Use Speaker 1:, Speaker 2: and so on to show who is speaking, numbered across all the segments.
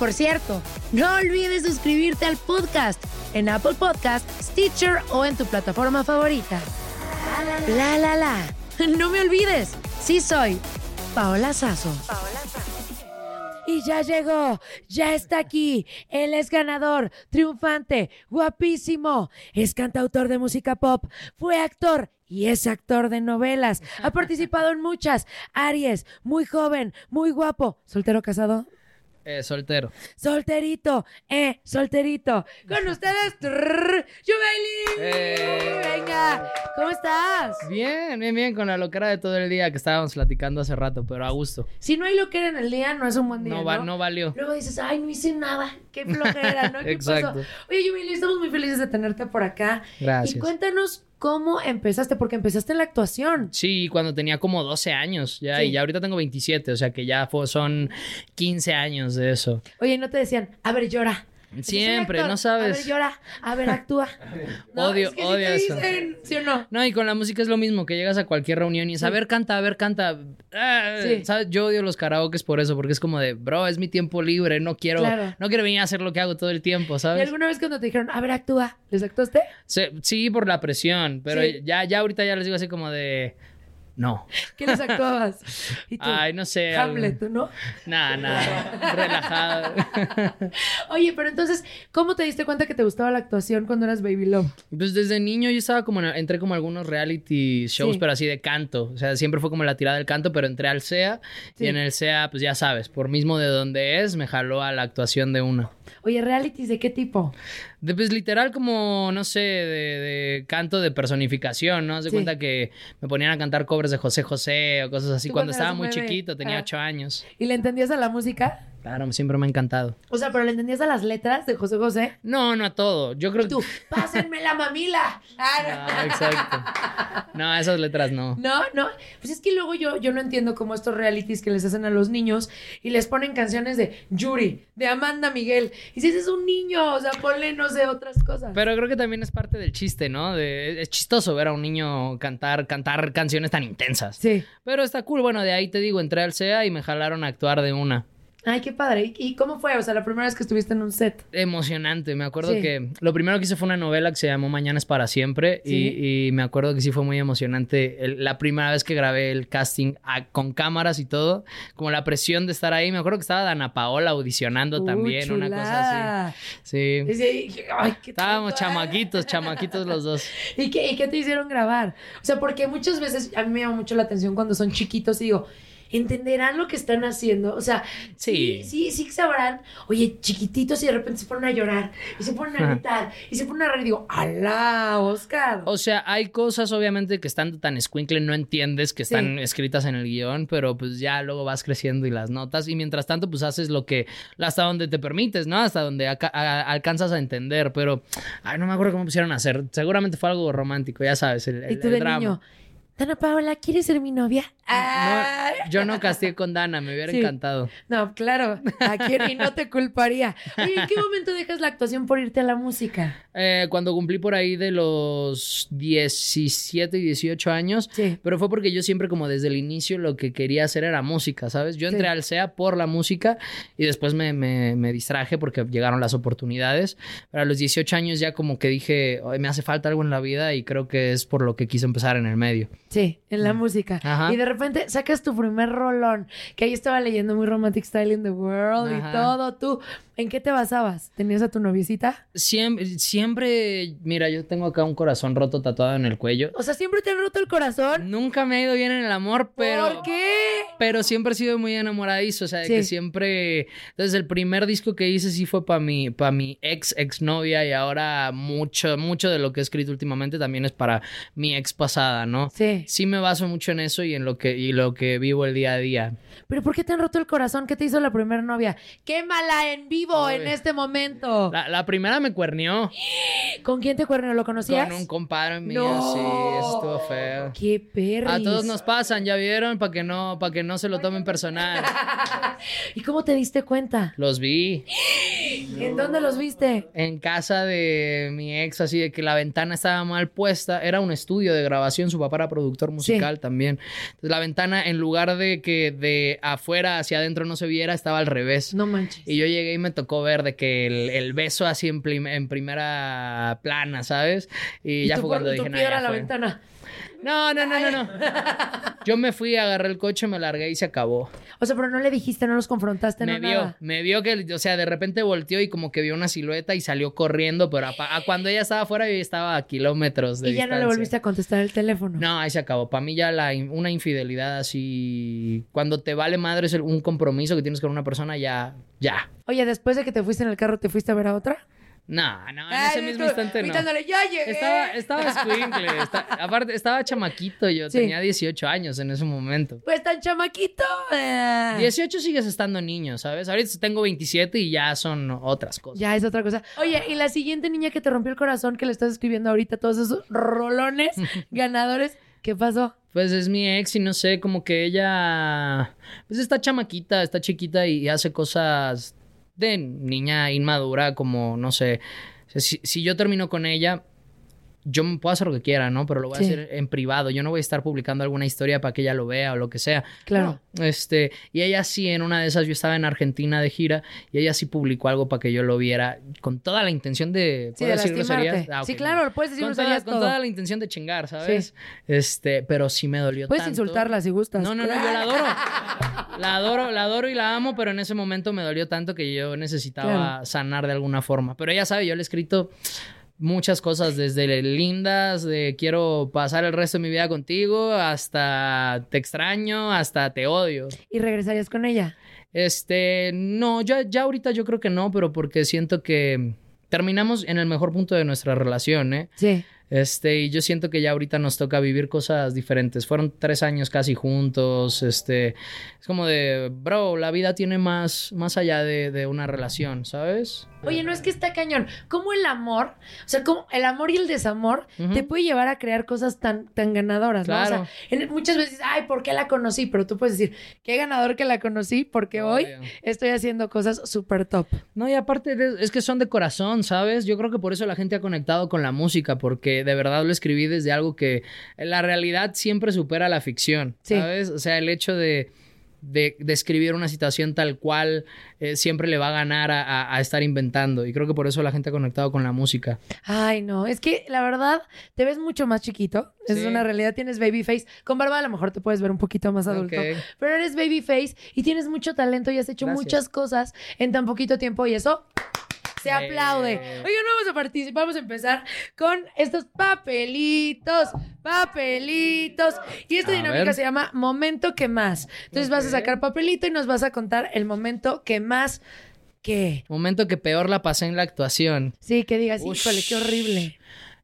Speaker 1: Por cierto, no olvides suscribirte al podcast en Apple Podcast, Stitcher o en tu plataforma favorita. La la la. No me olvides, sí soy Paola Sazo. Y ya llegó, ya está aquí. Él es ganador, triunfante, guapísimo. Es cantautor de música pop, fue actor y es actor de novelas. Ha participado en muchas. Aries, muy joven, muy guapo. ¿Soltero casado?
Speaker 2: Eh, soltero.
Speaker 1: Solterito, eh, solterito. Con ustedes, trrr, Yumeili.
Speaker 2: Eh.
Speaker 1: Venga, ¿cómo estás?
Speaker 2: Bien, bien, bien, con la locura de todo el día que estábamos platicando hace rato, pero a gusto.
Speaker 1: Si no hay lo que era en el día, no es un buen día.
Speaker 2: No, va- no valió.
Speaker 1: Luego dices, ay, no hice nada, qué flojera, ¿no? ¿Qué
Speaker 2: Exacto.
Speaker 1: pasó? Oye, Yumili, estamos muy felices de tenerte por acá. Y
Speaker 2: Gracias.
Speaker 1: cuéntanos cómo empezaste, porque empezaste en la actuación.
Speaker 2: Sí, cuando tenía como 12 años ya,
Speaker 1: Sí.
Speaker 2: y ya ahorita tengo 27, o sea que ya fue- son 15 años de eso.
Speaker 1: Oye, no te decían, a ver, llora. Yo soy
Speaker 2: Siempre,
Speaker 1: actor.
Speaker 2: no sabes.
Speaker 1: A ver, llora, a ver, actúa.
Speaker 2: Odio-
Speaker 1: es que sí
Speaker 2: odio
Speaker 1: te
Speaker 2: eso.
Speaker 1: dicen, ¿sí o no?
Speaker 2: No, y con la música es lo mismo, que llegas a cualquier reunión y es, a ver, canta, a ver, canta. Ah,
Speaker 1: Sí.
Speaker 2: ¿sabes? Yo odio los karaokes por eso, porque es como de, bro, es mi tiempo libre, no quiero,
Speaker 1: Claro.
Speaker 2: no quiero venir a hacer lo que hago todo el tiempo,
Speaker 1: ¿Y
Speaker 2: ¿sabes?
Speaker 1: alguna vez cuando te dijeron, a ver, actúa, les actuaste?
Speaker 2: Se- Sí, por la presión, pero
Speaker 1: Sí.
Speaker 2: ya, ya ahorita ya les digo así como de, no.
Speaker 1: ¿Qué les actuabas? ¿Y tú?
Speaker 2: Ay, no sé. algo-
Speaker 1: Hamlet, ¿tú no?
Speaker 2: Nada, nada. Relajado.
Speaker 1: Oye, pero entonces, ¿cómo te diste cuenta que te gustaba la actuación cuando eras Baby Love?
Speaker 2: Pues desde niño yo estaba como en, entré como a algunos reality shows,
Speaker 1: Sí.
Speaker 2: pero así de canto. O sea, siempre fue como la tirada del canto, pero entré al SEA
Speaker 1: Sí.
Speaker 2: y en el SEA, pues ya sabes, por mismo de donde es, me jaló a la actuación de una.
Speaker 1: Oye, ¿realities de qué tipo?
Speaker 2: De, pues literal como, no sé, de, de canto de personificación, ¿no? Se
Speaker 1: Sí.
Speaker 2: cuenta que me ponían a cantar covers de José José o cosas así
Speaker 1: Tú
Speaker 2: cuando
Speaker 1: cuando eras
Speaker 2: estaba
Speaker 1: un
Speaker 2: muy
Speaker 1: bebé.
Speaker 2: chiquito, tenía
Speaker 1: Ah.
Speaker 2: ocho años.
Speaker 1: ¿Y le entendías a la música?
Speaker 2: Claro, siempre me ha encantado.
Speaker 1: O sea, ¿pero le entendías a las letras de José José?
Speaker 2: No, no a todo. Yo creo
Speaker 1: Y
Speaker 2: que...
Speaker 1: tú, pásenme la mamila. Ah,
Speaker 2: Ah, exacto. No, esas letras no.
Speaker 1: No, no. Pues es que luego yo, yo no entiendo cómo estos realities que les hacen a los niños y les ponen canciones de Yuri, de Amanda Miguel. Y si ese es un niño, o sea, ponle, no sé, otras cosas.
Speaker 2: Pero creo que también es parte del chiste, ¿no? De- es chistoso ver a un niño cantar, cantar canciones tan intensas.
Speaker 1: Sí.
Speaker 2: Pero está cool. Bueno, de ahí te digo, entré al SEA y me jalaron a actuar de una.
Speaker 1: Ay, qué padre. ¿Y, y cómo fue? O sea, la primera vez que estuviste en un set.
Speaker 2: Emocionante. Me acuerdo
Speaker 1: Sí.
Speaker 2: que lo primero que hice fue una novela que se llamó Mañana es para siempre. y-
Speaker 1: Sí.
Speaker 2: Y, me acuerdo que sí fue muy emocionante. El- la primera vez que grabé el casting a- con cámaras y todo, como la presión de estar ahí. Me acuerdo que estaba Dana Paola audicionando
Speaker 1: Uh,
Speaker 2: también, una cosa
Speaker 1: chulada.
Speaker 2: así. Sí.
Speaker 1: Y sí, ay, qué
Speaker 2: Estábamos
Speaker 1: tonto, ¿eh?
Speaker 2: chamaquitos, chamaquitos los dos.
Speaker 1: ¿Y qué, y qué te hicieron grabar? O sea, porque muchas veces a mí me llama mucho la atención cuando son chiquitos y digo, entenderán lo que están haciendo. O sea,
Speaker 2: Sí.
Speaker 1: sí, sí que sabrán. Oye, chiquititos y de repente se ponen a llorar y se ponen a gritar y se ponen a reír. Digo, ¡alá, Oscar!
Speaker 2: O sea, hay cosas obviamente que están tan escuincle, no entiendes que están escritas en el guión, pero pues ya luego vas creciendo y las notas y mientras tanto pues haces lo que hasta donde te permites, ¿no? Hasta donde aca- a- alcanzas a entender, pero ay, no me acuerdo cómo pusieron a hacer, seguramente fue algo romántico, ya sabes, el, el-
Speaker 1: y tú
Speaker 2: el
Speaker 1: de
Speaker 2: drama.
Speaker 1: niño, Dana Paola, ¿quieres ser mi novia? Ah.
Speaker 2: No, yo no casté con Dana, me hubiera
Speaker 1: Sí.
Speaker 2: encantado.
Speaker 1: No, claro, a quién y no te culparía. Oye, ¿en qué momento dejas la actuación por irte a la música?
Speaker 2: Eh, cuando cumplí por ahí de los 17 y 18 años,
Speaker 1: Sí.
Speaker 2: Pero fue porque yo siempre como desde el inicio lo que quería hacer era música, ¿sabes? Yo entré
Speaker 1: Sí.
Speaker 2: al SEA por la música y después me, me- me distraje porque llegaron las oportunidades. Pero a los 18 años ya como que dije, "Ay, me hace falta algo en la vida y creo que es por lo que quise empezar en el medio.
Speaker 1: Sí, en la música.
Speaker 2: Mm. Ajá.
Speaker 1: Y de repente sacas tu primer rolón, que ahí estaba leyendo muy Romantic Style in the World y
Speaker 2: Ajá.
Speaker 1: todo. ¿Tú en qué te basabas? ¿Tenías a tu noviecita?
Speaker 2: Siempre, siempre, mira, yo tengo acá un corazón roto tatuado en el cuello.
Speaker 1: O sea, siempre te han roto el corazón.
Speaker 2: Nunca me ha ido bien en el amor, Mm, pero...
Speaker 1: ¿Por qué?
Speaker 2: Pero siempre he sido muy enamoradizo, o sea, de
Speaker 1: Sí.
Speaker 2: que siempre... Entonces, el primer disco que hice sí fue para mi, para mi ex, exnovia y ahora mucho, mucho de lo que he escrito últimamente también es para mi ex pasada, ¿no?
Speaker 1: Sí.
Speaker 2: Sí me baso mucho en eso y en lo que, y lo que vivo el día a día.
Speaker 1: ¿Pero por qué te han roto el corazón? ¿Qué te hizo la primera novia? Quémala en vivo
Speaker 2: Ay.
Speaker 1: en este momento.
Speaker 2: La, la primera me cuernió
Speaker 1: ¿Con quién te cuerno? ¿Lo conocías?
Speaker 2: con un compadre mío,
Speaker 1: No.
Speaker 2: sí, eso estuvo feo.
Speaker 1: ¡Qué perro!
Speaker 2: A todos nos pasan, ¿ya vieron? Para que no, para que no se lo tomen personal.
Speaker 1: ¿Y cómo te diste cuenta?
Speaker 2: Los vi.
Speaker 1: ¿En dónde los viste?
Speaker 2: en casa de mi ex, así de que la ventana estaba mal puesta. Era un estudio de grabación, su papá era productor musical también. Entonces la ventana, en lugar de que de afuera hacia adentro no se viera, estaba al revés.
Speaker 1: No manches.
Speaker 2: Y yo llegué y me tocó ver de que el, el beso así en, prim- en primera plana, ¿sabes? Y, ya
Speaker 1: tú
Speaker 2: fue
Speaker 1: por
Speaker 2: cuando
Speaker 1: tu
Speaker 2: dije, "No,
Speaker 1: piedra
Speaker 2: ya
Speaker 1: a la
Speaker 2: fue".
Speaker 1: ventana.
Speaker 2: no, no, no, no, no. Yo me fui, agarré el coche, me largué y se acabó.
Speaker 1: O sea, pero no le dijiste, no los confrontaste, no
Speaker 2: Me vio,
Speaker 1: nada.
Speaker 2: me vio que, o sea, de repente volteó y como que vio una silueta y salió corriendo, pero a, pa- a cuando ella estaba afuera yo ya estaba a kilómetros de
Speaker 1: Y ya no le
Speaker 2: distancia.
Speaker 1: volviste a contestar el teléfono.
Speaker 2: No, ahí se acabó. Para mí ya la, in- una infidelidad así, cuando te vale madre es el- un compromiso que tienes con una persona, ya, ya.
Speaker 1: Oye, después de que te fuiste en el carro, ¿te fuiste a ver a otra?
Speaker 2: No, no, Ah, en
Speaker 3: Ay,
Speaker 2: ese
Speaker 3: tú,
Speaker 2: mismo instante no.
Speaker 3: gritándole, ya llegué.
Speaker 2: Estaba, estaba escuincle, esta- aparte estaba chamaquito yo,
Speaker 1: Sí.
Speaker 2: tenía 18 años en ese momento.
Speaker 1: Pues tan chamaquito. eh.
Speaker 2: 18 sigues estando niño, ¿sabes? Ahorita tengo 27 y ya son otras cosas.
Speaker 1: Ya es otra cosa. Oye, y la siguiente niña que te rompió el corazón, que le estás escribiendo ahorita todos esos rolones ganadores, ¿qué pasó?
Speaker 2: Pues es mi ex y no sé, como que ella, pues está chamaquita, está chiquita y hace cosas de niña inmadura, como, no sé, O sea, si, si yo termino con ella, yo me puedo hacer lo que quiera, ¿no? Pero lo voy
Speaker 1: Sí.
Speaker 2: a hacer en privado, yo no voy a estar publicando alguna historia para que ella lo vea o lo que sea.
Speaker 1: Claro.
Speaker 2: Este, y ella sí, en una de esas, yo estaba en Argentina de gira y ella sí publicó algo para que yo lo viera con toda la intención de...
Speaker 1: Sí,
Speaker 2: ¿puedo
Speaker 1: de
Speaker 2: decir groserías?
Speaker 1: lastimarte.
Speaker 2: Ah,
Speaker 1: Sí,
Speaker 2: ok.
Speaker 1: claro, puedes decir
Speaker 2: Con
Speaker 1: groserías
Speaker 2: toda, con
Speaker 1: todo.
Speaker 2: toda la intención de chingar, ¿sabes? Este, pero sí me dolió
Speaker 1: Puedes
Speaker 2: tanto.
Speaker 1: insultarla si gustas.
Speaker 2: No, no, no, yo la adoro. La adoro, la adoro y la amo, pero en ese momento me dolió tanto que yo necesitaba
Speaker 1: Claro.
Speaker 2: sanar de alguna forma. Pero ella sabe, yo le he escrito muchas cosas, desde lindas, de quiero pasar el resto de mi vida contigo, hasta te extraño, hasta te odio.
Speaker 1: Y regresarías con ella.
Speaker 2: Este, no, ya, ya ahorita yo creo que no, pero porque siento que terminamos en el mejor punto de nuestra relación, ¿eh?
Speaker 1: Sí.
Speaker 2: Este, y yo siento que ya ahorita nos toca vivir cosas diferentes. Fueron tres años casi juntos. Este, es como de, bro, la vida tiene más, más allá de, de una relación, ¿sabes?
Speaker 1: Oye, no es que está cañón. ¿Cómo el amor, o sea, cómo el amor y el desamor
Speaker 2: Ujú.
Speaker 1: te puede llevar a crear cosas tan, tan ganadoras, ¿no? O
Speaker 2: Claro.
Speaker 1: sea, en- muchas veces, ay, ¿por qué la conocí? Pero tú puedes decir, qué ganador que la conocí porque hoy
Speaker 2: Obvio.
Speaker 1: estoy haciendo cosas súper top.
Speaker 2: No, y aparte de- es que son de corazón, ¿sabes? Yo creo que por eso la gente ha conectado con la música, porque de verdad lo escribí desde algo que la realidad siempre supera la ficción,
Speaker 1: Sí.
Speaker 2: ¿sabes? O sea, el hecho de, de, de escribir una situación tal cual eh, siempre le va a ganar a, a- a estar inventando. Y creo que por eso la gente ha conectado con la música.
Speaker 1: Ay, no, es que la verdad te ves mucho más chiquito. Esa Es
Speaker 2: Sí.
Speaker 1: una realidad, tienes baby face. Con barba a lo mejor te puedes ver un poquito más adulto.
Speaker 2: Ok.
Speaker 1: Pero eres baby face y tienes mucho talento y has hecho
Speaker 2: Gracias.
Speaker 1: muchas cosas en tan poquito tiempo y eso Se aplaude. Oigan, vamos a participar. Vamos a empezar con estos papelitos. Papelitos. Y esta
Speaker 2: A
Speaker 1: dinámica
Speaker 2: ver.
Speaker 1: se llama momento que más. Entonces vas a sacar papelito y nos vas a contar el momento que más que.
Speaker 2: Momento que peor la pasé en la actuación.
Speaker 1: Sí, que digas,
Speaker 2: Ush.
Speaker 1: híjole, qué horrible.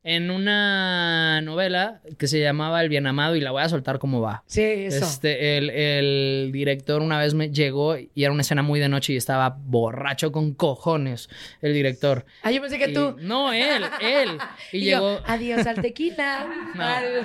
Speaker 2: En una novela que se llamaba El Bien Amado y la voy a soltar como va.
Speaker 1: Sí, eso.
Speaker 2: Este, el, el director una vez me llegó y era una escena muy de noche y estaba borracho con cojones el director.
Speaker 1: Ah, yo pensé que
Speaker 2: Y-
Speaker 1: tú.
Speaker 2: No, él, él. Y,
Speaker 1: Y
Speaker 2: llegó,
Speaker 1: yo, ah, adiós al tequila.
Speaker 2: No.
Speaker 1: Adiós.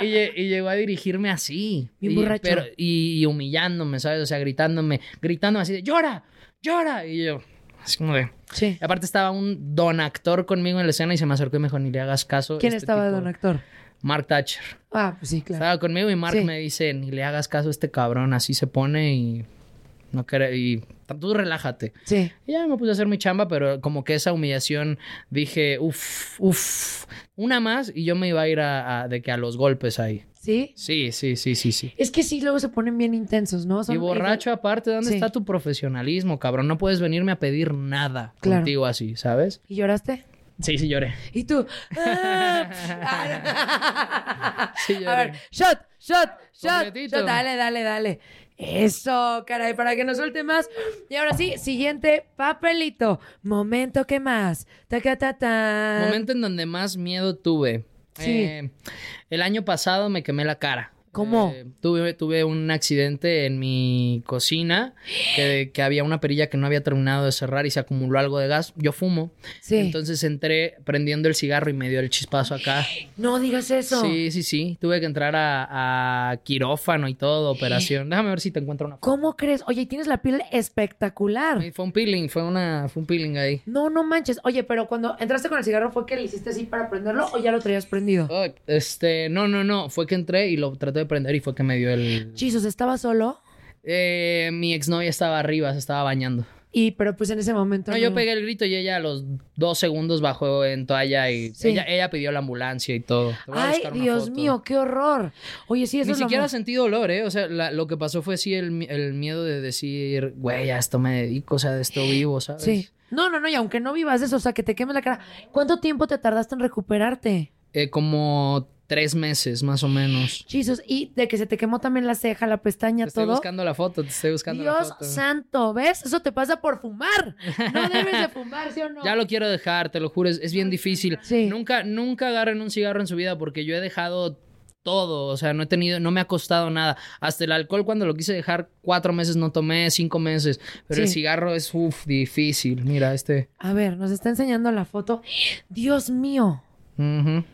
Speaker 2: y, lle- y llegó a dirigirme así.
Speaker 1: ah. Bien
Speaker 2: y,
Speaker 1: borracho.
Speaker 2: pero- y, y humillándome, ¿sabes? O sea, gritándome, gritándome así de, llora, llora. Y yo, así como de...
Speaker 1: Sí.
Speaker 2: Y aparte estaba un don actor conmigo en la escena y se me acercó y me dijo, ni le hagas caso.
Speaker 1: ¿Quién
Speaker 2: este
Speaker 1: estaba
Speaker 2: tipo-
Speaker 1: don actor?
Speaker 2: Mark Thatcher.
Speaker 1: Ah, pues sí, claro.
Speaker 2: Estaba conmigo y Mark
Speaker 1: Sí.
Speaker 2: me dice, ni le hagas caso a este cabrón, así se pone y no quiere, y tú relájate.
Speaker 1: Sí.
Speaker 2: Y ya me puse a hacer mi chamba, pero como que esa humillación dije, uff, uff, una más y yo me iba a ir a, a- de que a los golpes ahí.
Speaker 1: ¿Sí?
Speaker 2: Sí, sí, sí, sí, sí.
Speaker 1: Es que sí, luego se ponen bien intensos, ¿no? Son-
Speaker 2: y borracho aparte, ¿dónde
Speaker 1: Sí.
Speaker 2: está tu profesionalismo, cabrón? No puedes venirme a pedir nada
Speaker 1: Claro.
Speaker 2: contigo así, ¿sabes?
Speaker 1: ¿Y lloraste?
Speaker 2: Sí, sí lloré.
Speaker 1: Y tú. ah.
Speaker 2: Sí, lloré.
Speaker 1: A ver, shot, shot, shot,
Speaker 2: Completito.
Speaker 1: shot. Dale, dale, dale. Eso, caray, para que no suelte más. Y ahora sí, siguiente papelito. Momento, ¿qué más? Tacatatán.
Speaker 2: Momento en donde más miedo tuve.
Speaker 1: Sí.
Speaker 2: Eh, el año pasado me quemé la cara.
Speaker 1: ¿Cómo?
Speaker 2: Eh, tuve, tuve un accidente en mi cocina que, que había una perilla que no había terminado de cerrar y se acumuló algo de gas. Yo fumo.
Speaker 1: Sí.
Speaker 2: Entonces entré prendiendo el cigarro y me dio el chispazo acá.
Speaker 1: no digas eso.
Speaker 2: Sí, sí, sí. Tuve que entrar a, a quirófano y todo, operación. Déjame ver si te encuentro una.
Speaker 1: ¿Cómo crees? Oye, y tienes la piel espectacular.
Speaker 2: Fue un peeling, fue, una, fue un peeling ahí.
Speaker 1: No, no manches. Oye, pero cuando entraste con el cigarro, ¿fue que le hiciste así para prenderlo o ya lo traías prendido?
Speaker 2: Ay, Este, no, no, no. Fue que entré y lo traté de prender y fue que me dio el.
Speaker 1: Jesus, estaba solo.
Speaker 2: Eh, mi exnovia estaba arriba, se estaba bañando.
Speaker 1: Y, pero pues en ese momento.
Speaker 2: No, yo pegué el grito y ella a los dos segundos bajó en toalla y
Speaker 1: Sí.
Speaker 2: ella, ella pidió la ambulancia y todo. Te voy a
Speaker 1: Ay,
Speaker 2: buscar una
Speaker 1: Dios
Speaker 2: foto.
Speaker 1: mío, qué horror. Oye, sí, eso
Speaker 2: Ni
Speaker 1: es lo
Speaker 2: siquiera
Speaker 1: más-
Speaker 2: sentí dolor, ¿eh? O sea, la- lo que pasó fue sí el, mi- el miedo de decir, güey, a esto me dedico, o sea, de esto vivo, ¿sabes?
Speaker 1: Sí. No, no, no, y aunque no vivas eso, o sea, que te queme la cara. ¿Cuánto tiempo te tardaste en recuperarte?
Speaker 2: Eh, como tres meses, más o menos.
Speaker 1: Jesus, y de que se te quemó también la ceja, la pestaña,
Speaker 2: Te estoy
Speaker 1: todo.
Speaker 2: buscando la foto, te estoy buscando la
Speaker 1: Dios
Speaker 2: foto.
Speaker 1: santo, ¿ves? Eso te pasa por fumar. No debes de fumar, ¿sí o no?
Speaker 2: Ya lo quiero dejar, te lo juro, es, es bien difícil.
Speaker 1: Sí.
Speaker 2: Nunca, nunca agarren un cigarro en su vida porque yo he dejado todo, o sea, no he tenido, no me ha costado nada. Hasta el alcohol cuando lo quise dejar, cuatro meses no tomé, cinco meses, pero el
Speaker 1: Sí.
Speaker 2: cigarro es, uff, difícil. Mira, este.
Speaker 1: A ver, nos está enseñando la foto. Dios mío.
Speaker 2: Ujú.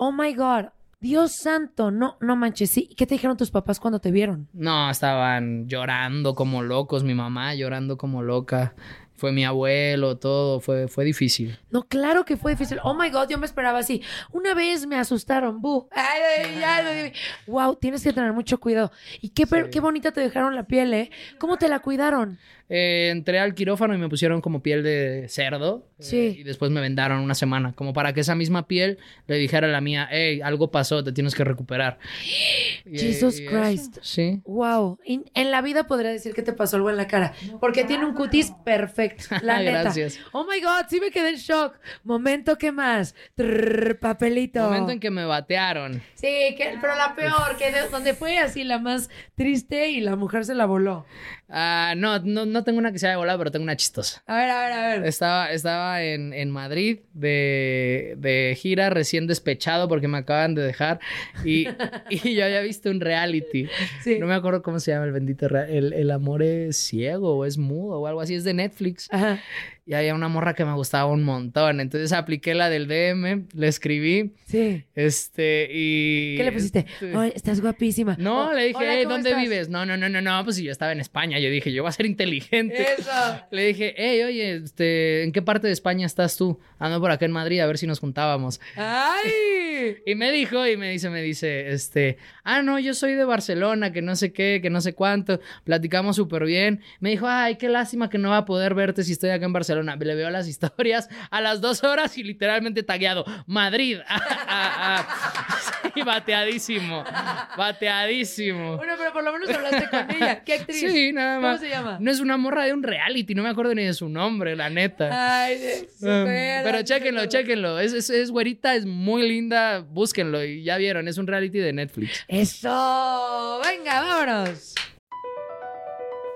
Speaker 1: Oh my God. Dios santo. No, no manches. Sí. ¿Y ¿Qué te dijeron tus papás cuando te vieron?
Speaker 2: No, estaban llorando como locos, mi mamá llorando como loca. Fue mi abuelo, todo, fue, fue difícil.
Speaker 1: No, claro que fue difícil. Oh my God, yo me esperaba así. Una vez me asustaron, bu. Ay, ay, ya lo di. Wow, tienes que tener mucho cuidado. Y qué, per- qué bonita te dejaron la piel, ¿eh? ¿Cómo te la cuidaron?
Speaker 2: Eh, entré al quirófano y me pusieron como piel de cerdo. eh,
Speaker 1: Sí.
Speaker 2: y después me vendaron una semana. Como para que esa misma piel le dijera a la mía, hey, algo pasó, te tienes que recuperar. Y,
Speaker 1: Jesus
Speaker 2: y eso,
Speaker 1: Christ.
Speaker 2: Sí.
Speaker 1: Wow, In- en la vida podría decir que te pasó algo en la cara, porque tiene un cutis perfecto, la neta.
Speaker 2: Gracias.
Speaker 1: Oh my God, sí me quedé en shock. Momento, ¿qué más? Trrr, papelito.
Speaker 2: Momento en que me batearon.
Speaker 1: Sí, que- pero la peor, que de- donde fue así la más triste y la mujer se la voló.
Speaker 2: Ah, no, no, no tengo una que sea de volada, pero tengo una chistosa.
Speaker 1: A ver, a ver, a ver.
Speaker 2: Estaba, estaba en, en Madrid de, de gira recién despechado porque me acaban de dejar y, y yo había visto un reality.
Speaker 1: Sí.
Speaker 2: No me acuerdo cómo se llama el bendito rea- el, el amor es ciego o es mudo o algo así, es de Netflix.
Speaker 1: Ajá.
Speaker 2: Y había una morra que me gustaba un montón. Entonces apliqué la del DM, le escribí,
Speaker 1: Sí.
Speaker 2: este, y.
Speaker 1: ¿Qué le pusiste?
Speaker 2: este,
Speaker 1: Ay, estás guapísima.
Speaker 2: no,
Speaker 1: Oh,
Speaker 2: le dije,
Speaker 1: hola,
Speaker 2: "Hey,
Speaker 1: ¿cómo
Speaker 2: ¿dónde
Speaker 1: estás?
Speaker 2: vives? No, no, no, no, no, pues si yo estaba en España, yo dije, yo voy a ser inteligente.
Speaker 1: Eso.
Speaker 2: Le dije, hey, oye, este, ¿en qué parte de España estás tú? Ando por acá en Madrid, a ver si nos juntábamos.
Speaker 1: Ay.
Speaker 2: Y me dijo, y me dice, me dice, este, ah, no, yo soy de Barcelona, que no sé qué, que no sé cuánto, platicamos súper bien. Me dijo, ay, qué lástima que no va a poder verte si estoy acá en Barcelona. Le veo las historias a las dos horas y literalmente tagueado, Madrid. Ah, ah, ah. y bateadísimo. Bateadísimo.
Speaker 1: Bueno, pero por lo menos hablaste con ella. ¿Qué actriz?
Speaker 2: Sí, nada más.
Speaker 1: ¿Cómo se llama?
Speaker 2: No es una morra de un reality, no me acuerdo ni de su nombre, la neta.
Speaker 1: Ay, se- se
Speaker 2: Um,
Speaker 1: acuerdan,
Speaker 2: pero
Speaker 1: se
Speaker 2: chéquenlo,
Speaker 1: acuerdan.
Speaker 2: chéquenlo. Es, es, es güerita, es muy linda. Búsquenlo y ya vieron, es un reality de Netflix.
Speaker 1: Eso. Venga, vámonos.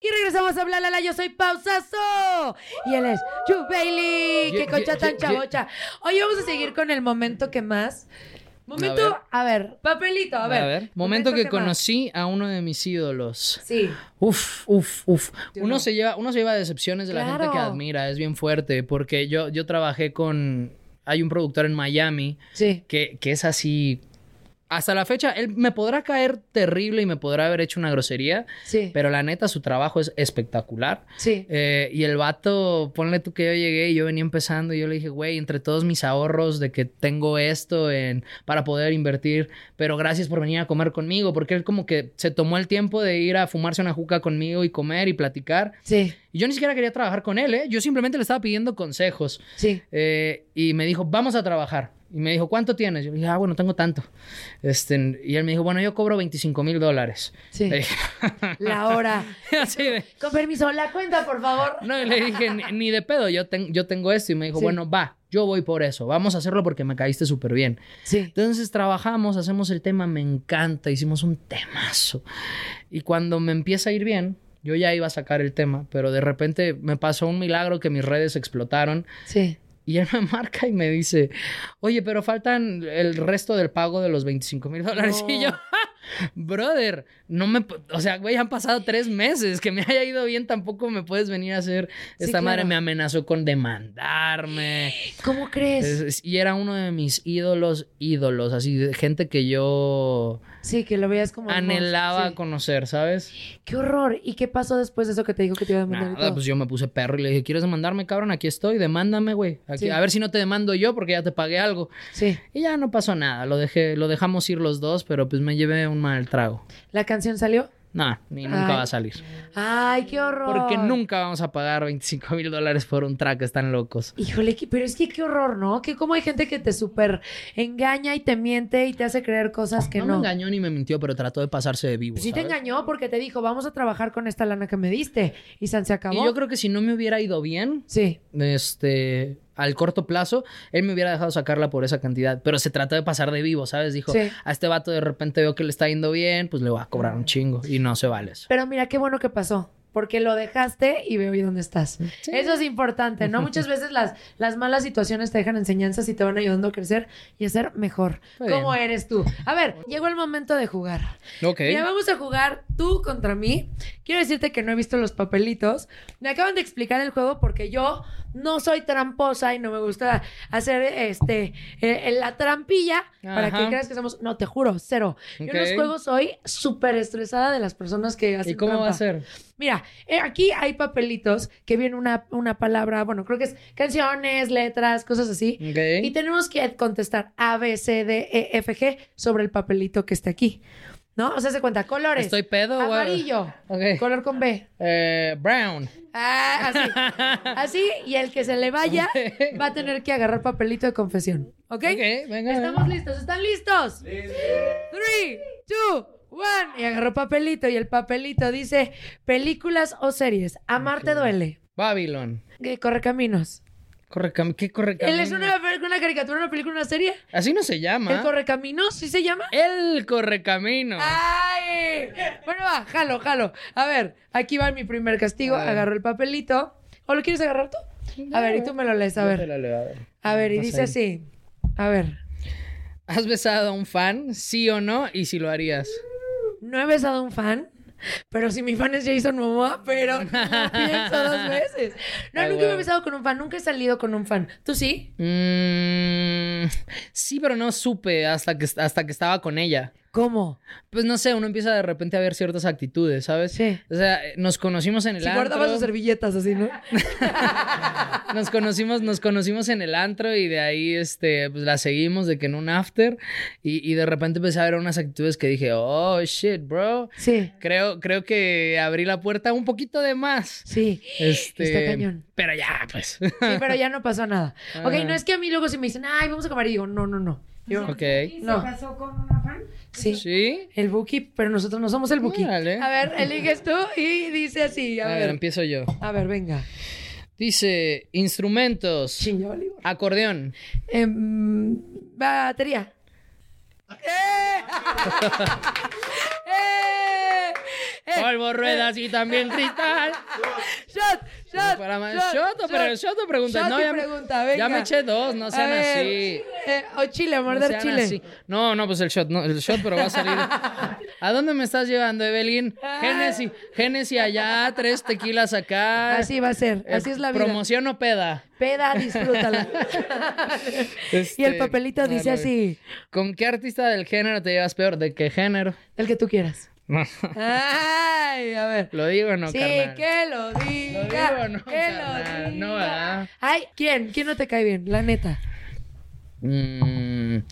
Speaker 1: Y regresamos a hablar, Yo soy Pausazo. Y él es Yu Bailey.
Speaker 2: Ye-
Speaker 1: Qué concha
Speaker 2: ye-
Speaker 1: tan
Speaker 2: ye-
Speaker 1: chavocha. Hoy vamos a seguir con el momento que más. Momento, a ver, papelito, a ver.
Speaker 2: Momento, que,
Speaker 1: más.
Speaker 2: conocí a uno de mis ídolos.
Speaker 1: Sí.
Speaker 2: Uf, uf, uf.
Speaker 1: Yo
Speaker 2: Uno
Speaker 1: no.
Speaker 2: se lleva, uno se lleva decepciones de la gente que
Speaker 1: Claro.
Speaker 2: admira, es bien fuerte. Porque yo, yo trabajé con. Hay un productor en Miami
Speaker 1: Sí.
Speaker 2: que, que es así. Hasta la fecha, él me podrá caer terrible y me podrá haber hecho una grosería,
Speaker 1: Sí.
Speaker 2: pero la neta, su trabajo es espectacular.
Speaker 1: sí.
Speaker 2: Eh, y el vato, ponle tú que yo llegué y yo venía empezando y yo le dije, güey, entre todos mis ahorros de que tengo esto en, para poder invertir, pero gracias por venir a comer conmigo, porque él como que se tomó el tiempo de ir a fumarse una juca conmigo y comer y platicar.
Speaker 1: sí.
Speaker 2: Y yo ni siquiera quería trabajar con él, ¿eh? Yo simplemente le estaba pidiendo consejos.
Speaker 1: Sí.
Speaker 2: Eh, y me dijo, vamos a trabajar. Y me dijo, ¿cuánto tienes? Yo le dije, ah, bueno, tengo tanto. Este, y él me dijo, bueno, yo cobro 25 mil dólares.
Speaker 1: Sí.
Speaker 2: Le dije,
Speaker 1: La hora.
Speaker 2: así de...
Speaker 1: Con permiso, la cuenta, por favor.
Speaker 2: No, y le dije, ni, ni de pedo, yo, ten- yo tengo esto. Y me dijo,
Speaker 1: Sí.
Speaker 2: bueno, va, yo voy por eso. Vamos a hacerlo porque me caíste súper bien.
Speaker 1: Sí.
Speaker 2: Entonces trabajamos, hacemos el tema, me encanta, hicimos un temazo. Y cuando me empieza a ir bien, yo ya iba a sacar el tema, pero de repente me pasó un milagro que mis redes explotaron.
Speaker 1: Sí.
Speaker 2: Y él me marca y me dice, oye, pero faltan el resto del pago de los 25 mil dólares. Y yo, brother, no me... pu- O sea, güey, han pasado tres meses, que me haya ido bien, tampoco me puedes venir a hacer...
Speaker 1: Sí,
Speaker 2: Esta madre
Speaker 1: claro.
Speaker 2: me amenazó con demandarme.
Speaker 1: ¿Cómo crees?
Speaker 2: Es- es- y era uno de mis ídolos, ídolos, así, de gente que yo
Speaker 1: sí, que lo veías como. hermoso.
Speaker 2: anhelaba
Speaker 1: Sí.
Speaker 2: conocer, ¿sabes?
Speaker 1: Qué horror. ¿Y qué pasó después de eso que te dijo que te iba a demandar? y
Speaker 2: Nada,
Speaker 1: todo?
Speaker 2: pues yo me puse perro y le dije, ¿quieres demandarme, cabrón? Aquí estoy, demándame, güey. Aquí-
Speaker 1: Sí.
Speaker 2: A ver si no te demando yo porque ya te pagué algo.
Speaker 1: Sí.
Speaker 2: Y ya no pasó nada, lo dejé, lo dejamos ir los dos, pero pues me llevé un mal trago.
Speaker 1: ¿La canción salió?
Speaker 2: No, ni nunca
Speaker 1: Ay.
Speaker 2: va a salir.
Speaker 1: Ay, qué horror.
Speaker 2: Porque nunca vamos a pagar 25 mil dólares por un track, están locos.
Speaker 1: Híjole, que- pero es que qué horror, ¿no? Que como hay gente que te super engaña y te miente y te hace creer cosas que
Speaker 2: no,
Speaker 1: no.
Speaker 2: me engañó ni me mintió, pero trató de pasarse de vivo.
Speaker 1: Pues sí te
Speaker 2: ¿sabes?
Speaker 1: engañó porque te dijo, vamos a trabajar con esta lana que me diste. Y San se acabó.
Speaker 2: Y yo creo que si no me hubiera ido bien,
Speaker 1: Sí,
Speaker 2: este, al corto plazo, él me hubiera dejado sacarla por esa cantidad. Pero se trató de pasar de vivo, ¿sabes? Dijo,
Speaker 1: Sí. Ah.
Speaker 2: a este vato de repente veo que le está yendo bien, pues le voy a cobrar un chingo. Y no se vale eso.
Speaker 1: pero mira qué bueno que pasó. Porque lo dejaste y veo hoy dónde estás. Eso es importante, ¿no? Muchas veces las, las malas situaciones te dejan enseñanzas y te van ayudando a crecer y a ser mejor.
Speaker 2: Muy
Speaker 1: ¿Cómo
Speaker 2: bien.
Speaker 1: eres tú? A ver, llegó el momento de jugar.
Speaker 2: Ok.
Speaker 1: Ya vamos a jugar tú contra mí. Quiero decirte que no he visto los papelitos. Me acaban de explicar el juego porque yo no soy tramposa y no me gusta hacer este eh, la trampilla para
Speaker 2: Ajá.
Speaker 1: que creas que somos. No, te juro, cero. Yo en los
Speaker 2: Ok.
Speaker 1: juegos soy súper estresada de las personas que hacen
Speaker 2: ¿Y cómo va a
Speaker 1: trampa.
Speaker 2: ser?
Speaker 1: Mira, eh, aquí hay papelitos que viene una, una palabra, bueno, creo que es canciones, letras, cosas así.
Speaker 2: Ok.
Speaker 1: Y tenemos que contestar A, B, C, D, E, F, G sobre el papelito que está aquí. ¿No? O sea, se cuenta colores.
Speaker 2: ¿Estoy pedo o algo?
Speaker 1: Amarillo.
Speaker 2: Ok.
Speaker 1: Color con B.
Speaker 2: Eh, Brown.
Speaker 1: Ah, así. Así, y el que se le vaya va a tener que agarrar papelito de confesión. ¿Ok?
Speaker 2: Ok, venga.
Speaker 1: Estamos listos, ¿están listos? Three, two, one. Y agarró papelito y el papelito dice películas o series. Amarte duele.
Speaker 2: Babylon.
Speaker 1: Corre caminos.
Speaker 2: Correcam ¿Qué
Speaker 1: Él
Speaker 2: correcamino?
Speaker 1: es una, una caricatura, una película, una serie.
Speaker 2: Así no se
Speaker 1: ¿El Ah,
Speaker 2: llama.
Speaker 1: correcaminos? ¿Sí se llama?
Speaker 2: El correcamino.
Speaker 1: ¡Ay! Bueno, va, jalo, jalo. A ver, aquí va mi primer castigo.
Speaker 2: A ver.
Speaker 1: Agarro el papelito. ¿O lo quieres agarrar tú? A ver, y tú me lo lees, a
Speaker 2: Yo te
Speaker 1: ver.
Speaker 2: la leo, a ver.
Speaker 1: A ver, y
Speaker 2: No sé.
Speaker 1: dice así. A ver.
Speaker 2: ¿Has besado a un fan? ¿Sí o no? ¿Y si lo harías?
Speaker 1: No he besado a un fan, pero si mi fan es Jason Momoa, pero no lo pienso dos veces. No,
Speaker 2: Ay,
Speaker 1: nunca me he
Speaker 2: wow.
Speaker 1: besado con un fan, nunca he salido con un fan. ¿Tú sí?
Speaker 2: Mm, sí, pero no supe hasta que, hasta que estaba con ella.
Speaker 1: ¿Cómo?
Speaker 2: Pues no sé, uno empieza de repente a ver ciertas actitudes, ¿sabes?
Speaker 1: Sí.
Speaker 2: O sea, eh, nos conocimos en el
Speaker 1: Si
Speaker 2: antro.
Speaker 1: guardabas sus servilletas así, ¿no?
Speaker 2: Nos conocimos, nos conocimos en el antro y de ahí este, pues, la seguimos de que en un after. Y, y de repente empecé a ver unas actitudes que dije, oh shit, bro.
Speaker 1: Sí,
Speaker 2: Creo, creo que abrí la puerta un poquito de más.
Speaker 1: sí.
Speaker 2: Este,
Speaker 1: Está cañón.
Speaker 2: Pero ya, pues.
Speaker 1: Sí, pero ya no pasó nada. Ok,
Speaker 2: Ah.
Speaker 1: no es que a mí luego si me dicen, ay, vamos a comer, y digo, no, no, no. Yo,
Speaker 2: ok.
Speaker 1: no.
Speaker 4: casó con una fan?
Speaker 1: Sí.
Speaker 2: Sí.
Speaker 1: El Buki, pero nosotros no somos el Buki.
Speaker 2: Órale.
Speaker 1: A ver, eliges tú y dice así.
Speaker 2: A
Speaker 1: A,
Speaker 2: ver,
Speaker 1: ver,
Speaker 2: empiezo yo.
Speaker 1: a ver, venga.
Speaker 2: Dice, instrumentos.
Speaker 1: Chin, ya valió.
Speaker 2: Acordeón.
Speaker 1: Em, batería. ¡Eh! ¡Eh! ¡Eh!
Speaker 2: Polvo, ruedas y también cristal.
Speaker 1: ¡Shot! ¡Shot!
Speaker 2: Para más- shot o pre- shot o pregunta.
Speaker 1: Shot
Speaker 2: No,
Speaker 1: y
Speaker 2: ya me-
Speaker 1: pregunta,
Speaker 2: ya
Speaker 1: venga.
Speaker 2: me eché dos, no
Speaker 1: A
Speaker 2: sean
Speaker 1: ver,
Speaker 2: así.
Speaker 1: eh, o chile, a morder
Speaker 2: No sean
Speaker 1: chile.
Speaker 2: así. No, no, pues el shot, no, el shot, pero va a salir. ¿A dónde me estás llevando, Evelyn? Génesis, Génesis allá, tres tequilas acá.
Speaker 1: Así va a ser.
Speaker 2: Eh,
Speaker 1: Así es la vida.
Speaker 2: Promoción o peda.
Speaker 1: Peda, disfrútala. y el
Speaker 2: Este,
Speaker 1: papelito dice
Speaker 2: bueno,
Speaker 1: así,
Speaker 2: ¿Con qué artista del género te llevas peor? ¿De qué género?
Speaker 1: el que tú quieras. Ay, a ver.
Speaker 2: Lo digo o no,
Speaker 1: sí,
Speaker 2: carnal?
Speaker 1: que lo
Speaker 2: Lo
Speaker 1: diga.
Speaker 2: digo o no,
Speaker 1: que lo diga.
Speaker 2: carnal? No, ¿verdad?
Speaker 1: Ay, ¿quién? ¿Quién no te cae bien? La neta.
Speaker 2: Mm,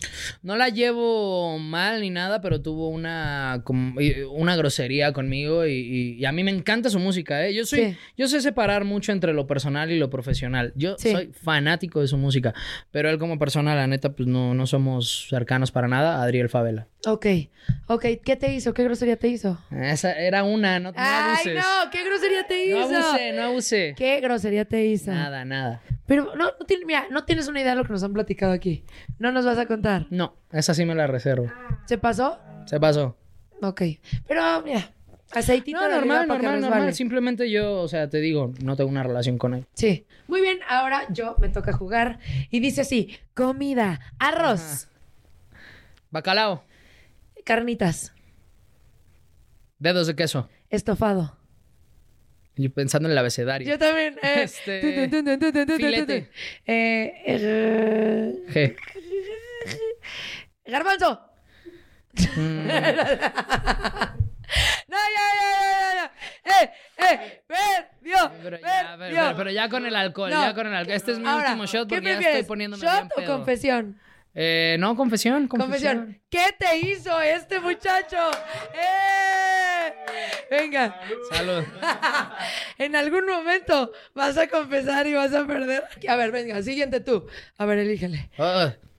Speaker 2: no la llevo mal ni nada, pero tuvo una, com- eh, una grosería conmigo y, y- y a mí me encanta su música. ¿eh? Yo, soy,
Speaker 1: Sí.
Speaker 2: yo sé separar mucho entre lo personal y lo profesional. Yo
Speaker 1: Sí.
Speaker 2: soy fanático de su música, pero él como persona, la neta, pues no, no somos cercanos para nada. Adriel Favela.
Speaker 1: Ok, ok. ¿Qué te hizo? ¿Qué grosería te hizo?
Speaker 2: Esa era una, no, no
Speaker 1: Ay,
Speaker 2: abuses.
Speaker 1: no, ¿qué grosería te
Speaker 2: No
Speaker 1: hizo?
Speaker 2: abuse, no abuse.
Speaker 1: ¿Qué grosería te hizo?
Speaker 2: Nada, nada.
Speaker 1: Pero no, no tienes, mira, no tienes una idea de lo que nos han platicado aquí. No nos vas a contar.
Speaker 2: No, esa sí me la reservo.
Speaker 1: ¿Se pasó?
Speaker 2: Se pasó.
Speaker 1: Ok. Pero mira, aceitito
Speaker 2: No,
Speaker 1: de
Speaker 2: normal,
Speaker 1: oliva para que
Speaker 2: normal,
Speaker 1: resbale.
Speaker 2: normal. Simplemente yo, o sea, te digo, no tengo una relación con él.
Speaker 1: Sí. Muy bien, ahora yo me toca jugar. Y dice así: comida, arroz,
Speaker 2: Bacalao,
Speaker 1: carnitas,
Speaker 2: dedos de queso.
Speaker 1: estofado.
Speaker 2: Yo pensando en el abecedario.
Speaker 1: Yo también. eh,
Speaker 2: Este,
Speaker 1: tun, tun, tun, tun, tun, tun, tun, tun, tun.
Speaker 2: filete.
Speaker 1: Eh, eh,
Speaker 2: G.
Speaker 1: garbanzo.
Speaker 2: Mm.
Speaker 1: No, ya, ya, ya, ya. Eh, eh, perdió.
Speaker 2: Pero ya, pero,
Speaker 1: perdió.
Speaker 2: pero- pero ya con el alcohol,
Speaker 1: No.
Speaker 2: ya con el alcohol. Este es mi
Speaker 1: Ahora,
Speaker 2: último shot
Speaker 1: ¿qué
Speaker 2: porque ya
Speaker 1: prefieres,
Speaker 2: estoy poniéndome
Speaker 1: ¿Shot
Speaker 2: bien
Speaker 1: o
Speaker 2: pedo.
Speaker 1: confesión?
Speaker 2: Eh, no, confesión, confesión.
Speaker 1: Confesión. ¿Qué te hizo este muchacho? ¡Eh! Venga.
Speaker 2: Salud.
Speaker 1: en algún momento vas a confesar y vas a perder. A ver, venga, siguiente tú. A ver, elígele.
Speaker 2: Ah,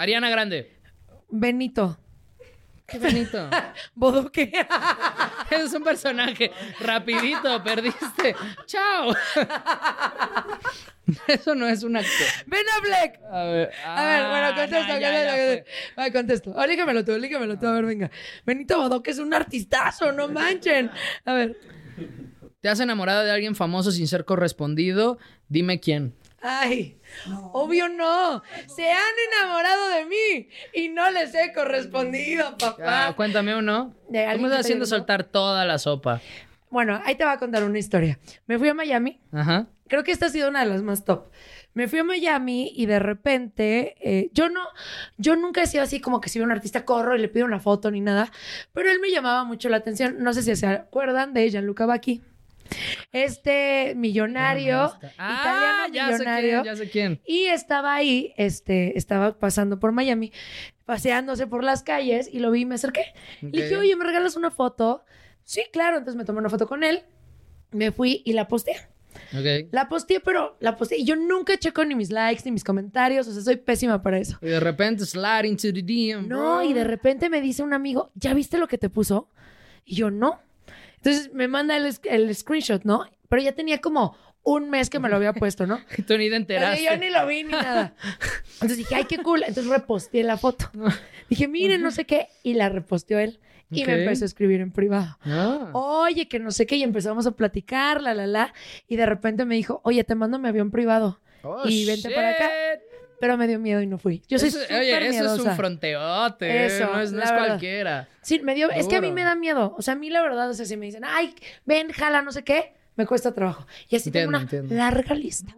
Speaker 2: Ariana Grande.
Speaker 1: Benito.
Speaker 2: Qué bonito.
Speaker 1: Bodoque.
Speaker 2: es un personaje. Rapidito, perdiste. Chao. Eso no es un acto.
Speaker 1: ¡Ben Affleck!
Speaker 2: A ver,
Speaker 1: A ver, bueno, contesta,
Speaker 2: ah, no, ya, ya
Speaker 1: contesta,
Speaker 2: fue.
Speaker 1: contesta. Va, contesto. Olígamelo tú, olígamelo tú. A ver, venga. Benito Bodoque es un artistazo, no manchen. A ver.
Speaker 2: ¿Te has enamorado de alguien famoso sin ser correspondido? Dime quién.
Speaker 1: Ay, obvio no. Se han enamorado de mí y no les he correspondido,
Speaker 2: Ah,
Speaker 1: papá.
Speaker 2: cuéntame uno.
Speaker 1: ¿De alguien
Speaker 2: ¿Cómo
Speaker 1: que te
Speaker 2: estás haciendo
Speaker 1: ayudó?
Speaker 2: soltar toda la sopa?
Speaker 1: Bueno, ahí te voy a contar una historia. Me fui a Miami.
Speaker 2: Ajá.
Speaker 1: Creo que esta ha sido una de las más top. Me fui a Miami y de repente, eh, yo no, yo nunca he sido así como que si veo a un artista corro y le pido una foto ni nada, pero él me llamaba mucho la atención. No sé si se acuerdan de Gianluca Bacchi. Este millonario,
Speaker 2: Ah,
Speaker 1: italiano
Speaker 2: ya sé
Speaker 1: millonario.
Speaker 2: quién, ya sé quién.
Speaker 1: Y estaba ahí, este, estaba pasando por Miami, paseándose por las calles y lo vi y me acerqué. Le dije,
Speaker 2: Ok.
Speaker 1: oye, ¿me regalas una foto? Sí, claro. Entonces me tomé una foto con él, me fui y la posteé.
Speaker 2: Ok.
Speaker 1: La posteé, pero la posteé. Y yo nunca checo ni mis likes ni mis comentarios. O sea, soy pésima para eso.
Speaker 2: Y de repente, slide into the DM.
Speaker 1: No,
Speaker 2: bro.
Speaker 1: y de repente me dice un amigo, ¿ya viste lo que te puso? Y yo, no. Entonces me manda el, sc- el screenshot, ¿no? Pero ya tenía como un mes que me lo había puesto, ¿no?
Speaker 2: Y Tú ni te enteraste.
Speaker 1: Oye, yo ni lo vi ni nada. Entonces dije, ay, qué cool. Entonces reposteé la foto. Dije, miren, no sé qué. Y la reposteó él. Y
Speaker 2: Ok.
Speaker 1: me empezó a escribir en privado.
Speaker 2: Ah.
Speaker 1: Oh, Oye, que no sé qué. Y empezamos a platicar, la, la, la. Y de repente me dijo, oye, te mando mi avión privado.
Speaker 2: Oh,
Speaker 1: y vente para acá.
Speaker 2: shit.
Speaker 1: Pero me dio miedo y no fui. Yo soy
Speaker 2: Eso-
Speaker 1: súper
Speaker 2: oye, eso es
Speaker 1: miedosa.
Speaker 2: un fronteote. eh,
Speaker 1: Eso,
Speaker 2: no es, no
Speaker 1: la
Speaker 2: es
Speaker 1: verdad.
Speaker 2: cualquiera.
Speaker 1: Sí, me dio... Es que a mí
Speaker 2: Duro.
Speaker 1: me da miedo. O sea, a mí la verdad, o sea, si me dicen, ay, ven, jala, no sé qué, me cuesta trabajo. Y así
Speaker 2: Entiendo,
Speaker 1: tengo una
Speaker 2: entiendo. Ah,
Speaker 1: larga lista.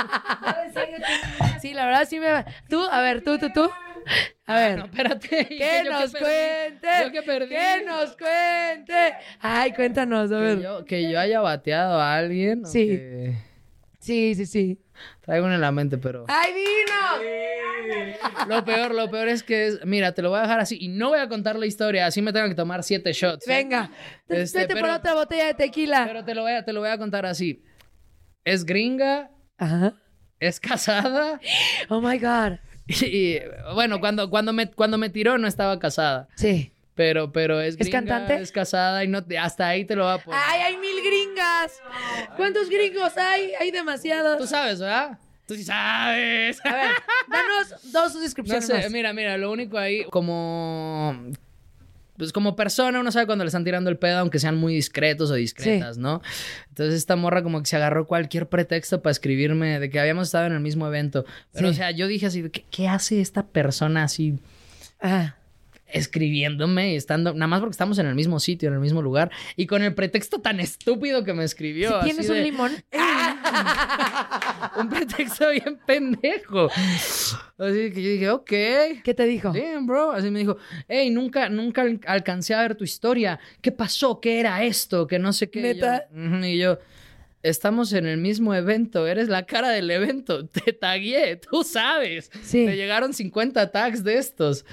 Speaker 1: Sí, la verdad sí me va. Tú, a ver, tú, tú, tú. A ver.
Speaker 2: Ah, No, espérate.
Speaker 1: Que
Speaker 2: yo
Speaker 1: nos
Speaker 2: perdí.
Speaker 1: cuente.
Speaker 2: Yo que perdí.
Speaker 1: nos cuente. Ay, cuéntanos, a
Speaker 2: Que
Speaker 1: ver.
Speaker 2: yo, que yo haya bateado a alguien. o
Speaker 1: Sí.
Speaker 2: que-
Speaker 1: Sí, sí, sí.
Speaker 2: Traigo uno en la mente, pero.
Speaker 1: ¡Ay, dinos!
Speaker 2: Lo peor, lo peor es que es. Mira, te lo voy a dejar así y no voy a contar la historia. Así me tengo que tomar siete shots. ¿eh?
Speaker 1: Venga.
Speaker 2: Este,
Speaker 1: Vete por
Speaker 2: pero-
Speaker 1: otra botella de tequila.
Speaker 2: Pero te lo voy a, te lo voy a contar así. Es gringa,
Speaker 1: Ajá.
Speaker 2: es casada.
Speaker 1: Oh my God.
Speaker 2: Y, y, bueno, cuando, cuando, me, cuando me tiró no estaba casada.
Speaker 1: Sí.
Speaker 2: Pero, pero es gringa,
Speaker 1: cantante? Ah.
Speaker 2: es casada y no te- hasta ahí te lo va a poner.
Speaker 1: ¡Ay, hay mil gringas! ¿Cuántos gringos hay? Hay
Speaker 2: Tú
Speaker 1: demasiados.
Speaker 2: sabes, ¿verdad? Tú sí sabes.
Speaker 1: A ver, danos dos suscripciones.
Speaker 2: No sé,
Speaker 1: más.
Speaker 2: mira, mira, lo único ahí, como. Pues como persona uno sabe cuando le están tirando el pedo, aunque sean muy discretos o discretas, ¿no? Entonces esta morra como que se agarró cualquier pretexto para escribirme de que habíamos estado en el mismo evento. Pero,
Speaker 1: Sí.
Speaker 2: o sea, yo dije así, ¿qué, qué hace esta persona así
Speaker 1: Ah,
Speaker 2: escribiéndome y estando, nada más porque estamos en el mismo sitio, en el mismo lugar, y con el pretexto tan estúpido que me escribió?
Speaker 1: si
Speaker 2: así
Speaker 1: tienes un
Speaker 2: de-
Speaker 1: limón. Ah.
Speaker 2: un pretexto bien pendejo. Así que yo dije, ok.
Speaker 1: ¿Qué te dijo?
Speaker 2: Damn, bro. Así me dijo, hey, nunca, nunca al- alcancé a ver tu historia. ¿Qué pasó? ¿Qué era esto? Que no sé qué. Y yo,
Speaker 1: ¿Neta?
Speaker 2: "Ujú", Y yo, estamos en el mismo evento. Eres la cara del evento. Te tagué, tú sabes.
Speaker 1: Sí.
Speaker 2: Te llegaron 50 tags de estos.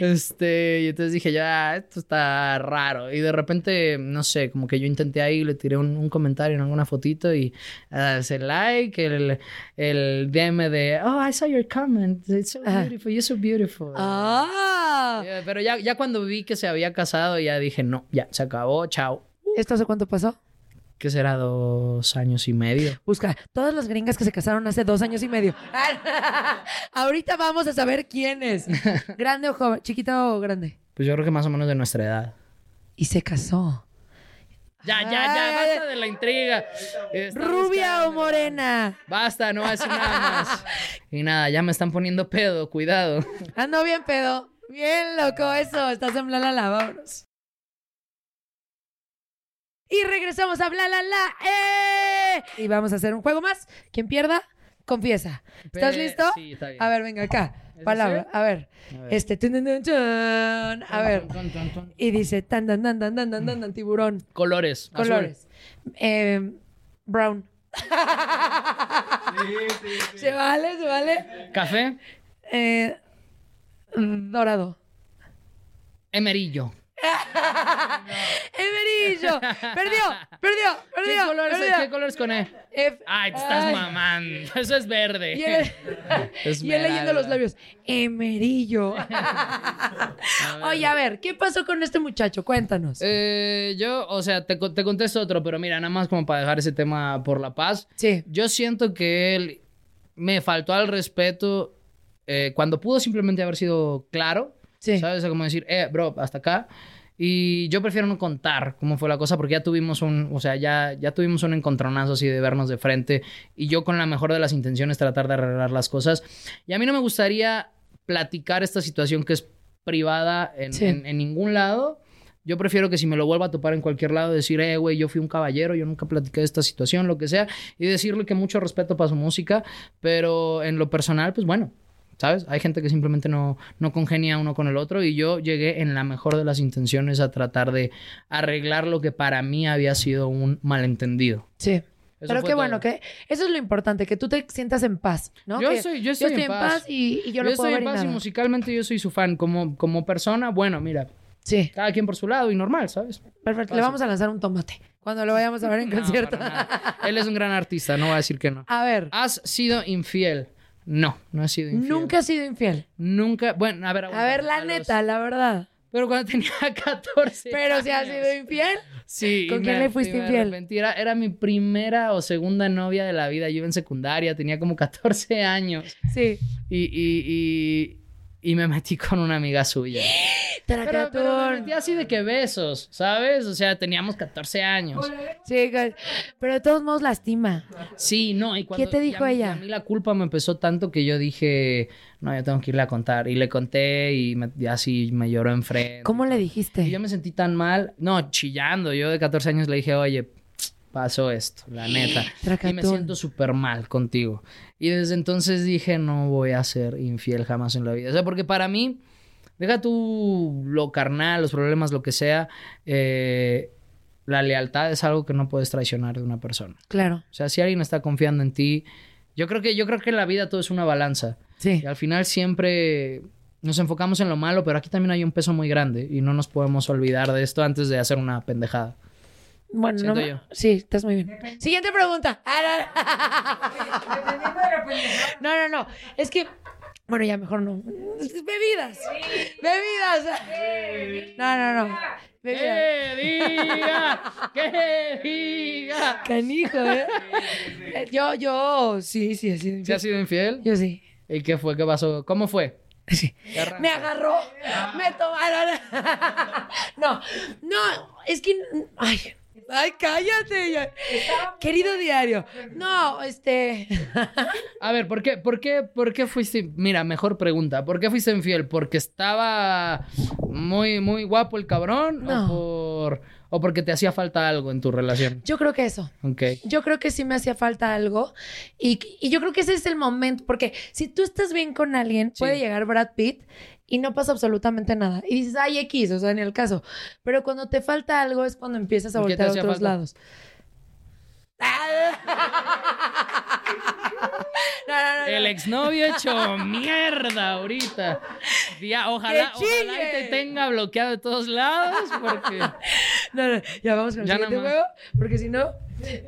Speaker 2: Este, y entonces dije, ya, esto está raro. Y de repente, no sé, como que yo intenté ahí, le tiré un, un comentario en alguna fotito y ah, ese like, el, el DM de, oh, I saw your comment. It's so
Speaker 1: Ah.
Speaker 2: beautiful. You're so beautiful.
Speaker 1: ¡Ah!
Speaker 2: Eh, Pero ya, ya cuando vi que se había casado, ya dije, no, ya, se acabó, chao.
Speaker 1: ¿Esto hace cuánto pasó?
Speaker 2: Que será dos años y medio.
Speaker 1: Busca todas las gringas que se casaron hace dos años y medio. Ahorita vamos a saber quién es. ¿Grande o joven? ¿Chiquita o grande?
Speaker 2: Pues yo creo que más o menos de nuestra edad.
Speaker 1: Y se casó.
Speaker 2: Ya, ya, ya,
Speaker 1: Ay.
Speaker 2: basta de la intriga. Está
Speaker 1: ¿Rubia o
Speaker 2: buscando.
Speaker 1: morena?
Speaker 2: Basta, no va a decir nada más. Y nada, ya me están poniendo pedo, cuidado.
Speaker 1: Ando Ah, bien, pedo. Bien, loco, eso. Estás en Bla La La, vámonos. Y regresamos a Bla La La. ¡Eh! Y vamos a hacer un juego más. Quien pierda, confiesa. ¿Estás
Speaker 2: Pe-
Speaker 1: listo?
Speaker 2: Eh, Sí, está bien.
Speaker 1: A ver, venga, acá.
Speaker 2: ¿Es
Speaker 1: Palabra.
Speaker 2: ese?
Speaker 1: A ver.
Speaker 2: A ver.
Speaker 1: Este. tun, tun, tun, tun. A ver.
Speaker 2: Tun, tun, tun.
Speaker 1: Y dice tan, tan, tan, tan, tan, tan, tan, tan, tiburón.
Speaker 2: Colores. azul.
Speaker 1: Colores. Eh, brown. Se vale, se vale.
Speaker 2: Café.
Speaker 1: Eh, dorado.
Speaker 2: Emerillo.
Speaker 1: Emerillo. Perdió, perdió, perdió.
Speaker 2: ¿Qué colores,
Speaker 1: perdió.
Speaker 2: ¿Qué colores con E?
Speaker 1: F.
Speaker 2: Ay, te estás
Speaker 1: Ay.
Speaker 2: mamando. Eso es verde.
Speaker 1: Y él,
Speaker 2: Es
Speaker 1: y él leyendo
Speaker 2: esmeralda.
Speaker 1: los labios. Emerillo. Oye, a ver, ¿qué pasó con este muchacho? Cuéntanos.
Speaker 2: Eh, yo, o sea, te, co- te contesto otro, pero mira, nada más como para dejar ese tema por la paz.
Speaker 1: Sí.
Speaker 2: Yo siento que él me faltó al respeto eh, cuando pudo simplemente haber sido claro.
Speaker 1: Sí.
Speaker 2: ¿Sabes? O sea, como decir, eh, bro, hasta acá. Y yo prefiero no contar cómo fue la cosa porque ya tuvimos un, o sea, ya, ya tuvimos un encontronazo así de vernos de frente y yo con la mejor de las intenciones tratar de arreglar las cosas. Y a mí no me gustaría platicar esta situación que es privada en,
Speaker 1: Sí.
Speaker 2: en- en ningún lado. Yo prefiero que si me lo vuelva a topar en cualquier lado, decir, eh, güey, yo fui un caballero, yo nunca platiqué de esta situación, lo que sea, y decirle que mucho respeto para su música, pero en lo personal, pues bueno, ¿sabes? Hay gente que simplemente no, no congenia uno con el otro, y yo llegué en la mejor de las intenciones a tratar de arreglar lo que para mí había sido un malentendido.
Speaker 1: Sí.
Speaker 2: Eso
Speaker 1: Pero
Speaker 2: fue
Speaker 1: qué bueno,
Speaker 2: todo.
Speaker 1: que eso es lo importante, que tú te sientas en paz, ¿no?
Speaker 2: Yo
Speaker 1: Que
Speaker 2: soy- yo estoy en paz.
Speaker 1: y, y yo lo
Speaker 2: estoy
Speaker 1: puedo
Speaker 2: en
Speaker 1: ver y
Speaker 2: paz y
Speaker 1: nada.
Speaker 2: musicalmente yo soy su fan. Como, como persona, bueno, mira,
Speaker 1: Sí,
Speaker 2: cada quien por su lado y normal, ¿sabes?
Speaker 1: perfecto. Le vamos a lanzar un tomate cuando lo vayamos a ver en
Speaker 2: No,
Speaker 1: concierto.
Speaker 2: para nada. Él es un gran artista, no voy a decir que no.
Speaker 1: A ver,
Speaker 2: ¿Has sido infiel? No, no he sido infiel.
Speaker 1: nunca has sido infiel.
Speaker 2: Nunca. Bueno, a ver.
Speaker 1: A
Speaker 2: aguanta,
Speaker 1: ver, la
Speaker 2: los-
Speaker 1: neta, la verdad.
Speaker 2: Pero cuando tenía 14.
Speaker 1: Pero si has
Speaker 2: años.
Speaker 1: sido infiel.
Speaker 2: Sí.
Speaker 1: ¿Con
Speaker 2: y
Speaker 1: quién
Speaker 2: me-
Speaker 1: le fuiste
Speaker 2: y me
Speaker 1: infiel?
Speaker 2: arrepentí. Era, era mi primera o segunda novia de la vida. Yo iba en secundaria, tenía como 14 años.
Speaker 1: Sí.
Speaker 2: Y, y, y, y me metí con una amiga suya. Pero,
Speaker 1: Tracatón.
Speaker 2: pero me metí así de que besos, ¿sabes? O sea, teníamos 14 años.
Speaker 1: Sí, con- pero de todos modos lastima.
Speaker 2: Sí, no, y cuando-
Speaker 1: ¿Qué te
Speaker 2: y a
Speaker 1: dijo
Speaker 2: mí-
Speaker 1: ella?
Speaker 2: y A mí la culpa me empezó tanto que yo dije, no, yo tengo que irle a contar. Y le conté y, me- y así me lloró enfrente.
Speaker 1: ¿Cómo le
Speaker 2: Y yo
Speaker 1: dijiste?
Speaker 2: me sentí tan mal, no, chillando. Yo de 14 años le dije, oye, pasó esto, la neta. Y me
Speaker 1: Tracatón.
Speaker 2: siento súper mal contigo. Y desde entonces dije, no voy a ser infiel jamás en la vida. O sea, porque para mí, deja tú lo carnal, los problemas, lo que sea, eh, la lealtad es algo que no puedes traicionar de una persona.
Speaker 1: Claro,
Speaker 2: O sea, si alguien está confiando en ti, yo creo que yo creo que en la vida todo es una balanza
Speaker 1: sí.
Speaker 2: y al final siempre nos enfocamos en lo malo, pero aquí también hay un peso muy grande y no nos podemos olvidar de esto antes de hacer una pendejada.
Speaker 1: Bueno, no
Speaker 2: Siento
Speaker 1: me-
Speaker 2: yo.
Speaker 1: Sí, estás muy bien. Siguiente pregunta. Ah, no, no. No, no, no. Es que. Bueno, ya mejor no. Bebidas. Bebidas. No, no, no. Bebidas.
Speaker 2: diga! ¡Que diga!
Speaker 1: Canijo, ¿eh? Eh, Yo, yo, sí, sí, sí.
Speaker 2: ¿Se ha sido infiel?
Speaker 1: Yo sí.
Speaker 2: ¿Y qué fue? ¿Qué pasó? ¿Cómo fue?
Speaker 1: Sí. Me agarró, me tomaron. No, no, es que. Ay, ay cállate. ya. Querido diario. No, este.
Speaker 2: A ver, ¿por qué, por qué, por qué fuiste? Mira, mejor pregunta. ¿Por qué fuiste infiel? ¿Porque estaba muy, muy guapo el cabrón?
Speaker 1: No.
Speaker 2: ¿O, por, ¿O porque te hacía falta algo en tu relación?
Speaker 1: Yo creo que eso.
Speaker 2: Ok.
Speaker 1: Yo creo que sí me hacía falta algo. Y, y yo creo que ese es el momento. Porque si tú estás bien con alguien, puede llegar Brad Pitt y no pasa absolutamente nada. Y dices, ay, X, o sea, en el caso. Pero cuando te falta algo es cuando empiezas a
Speaker 2: ¿Por qué te
Speaker 1: voltear a
Speaker 2: hacía
Speaker 1: otros
Speaker 2: falta?
Speaker 1: lados. No, no, no, no.
Speaker 2: El exnovio hecho mierda ahorita. Ya, ojalá,
Speaker 1: ¡Que chille!
Speaker 2: ojalá y te tenga bloqueado de todos lados porque...
Speaker 1: No, no, ya vamos con el
Speaker 2: Ya
Speaker 1: siguiente
Speaker 2: nomás.
Speaker 1: juego, porque si no,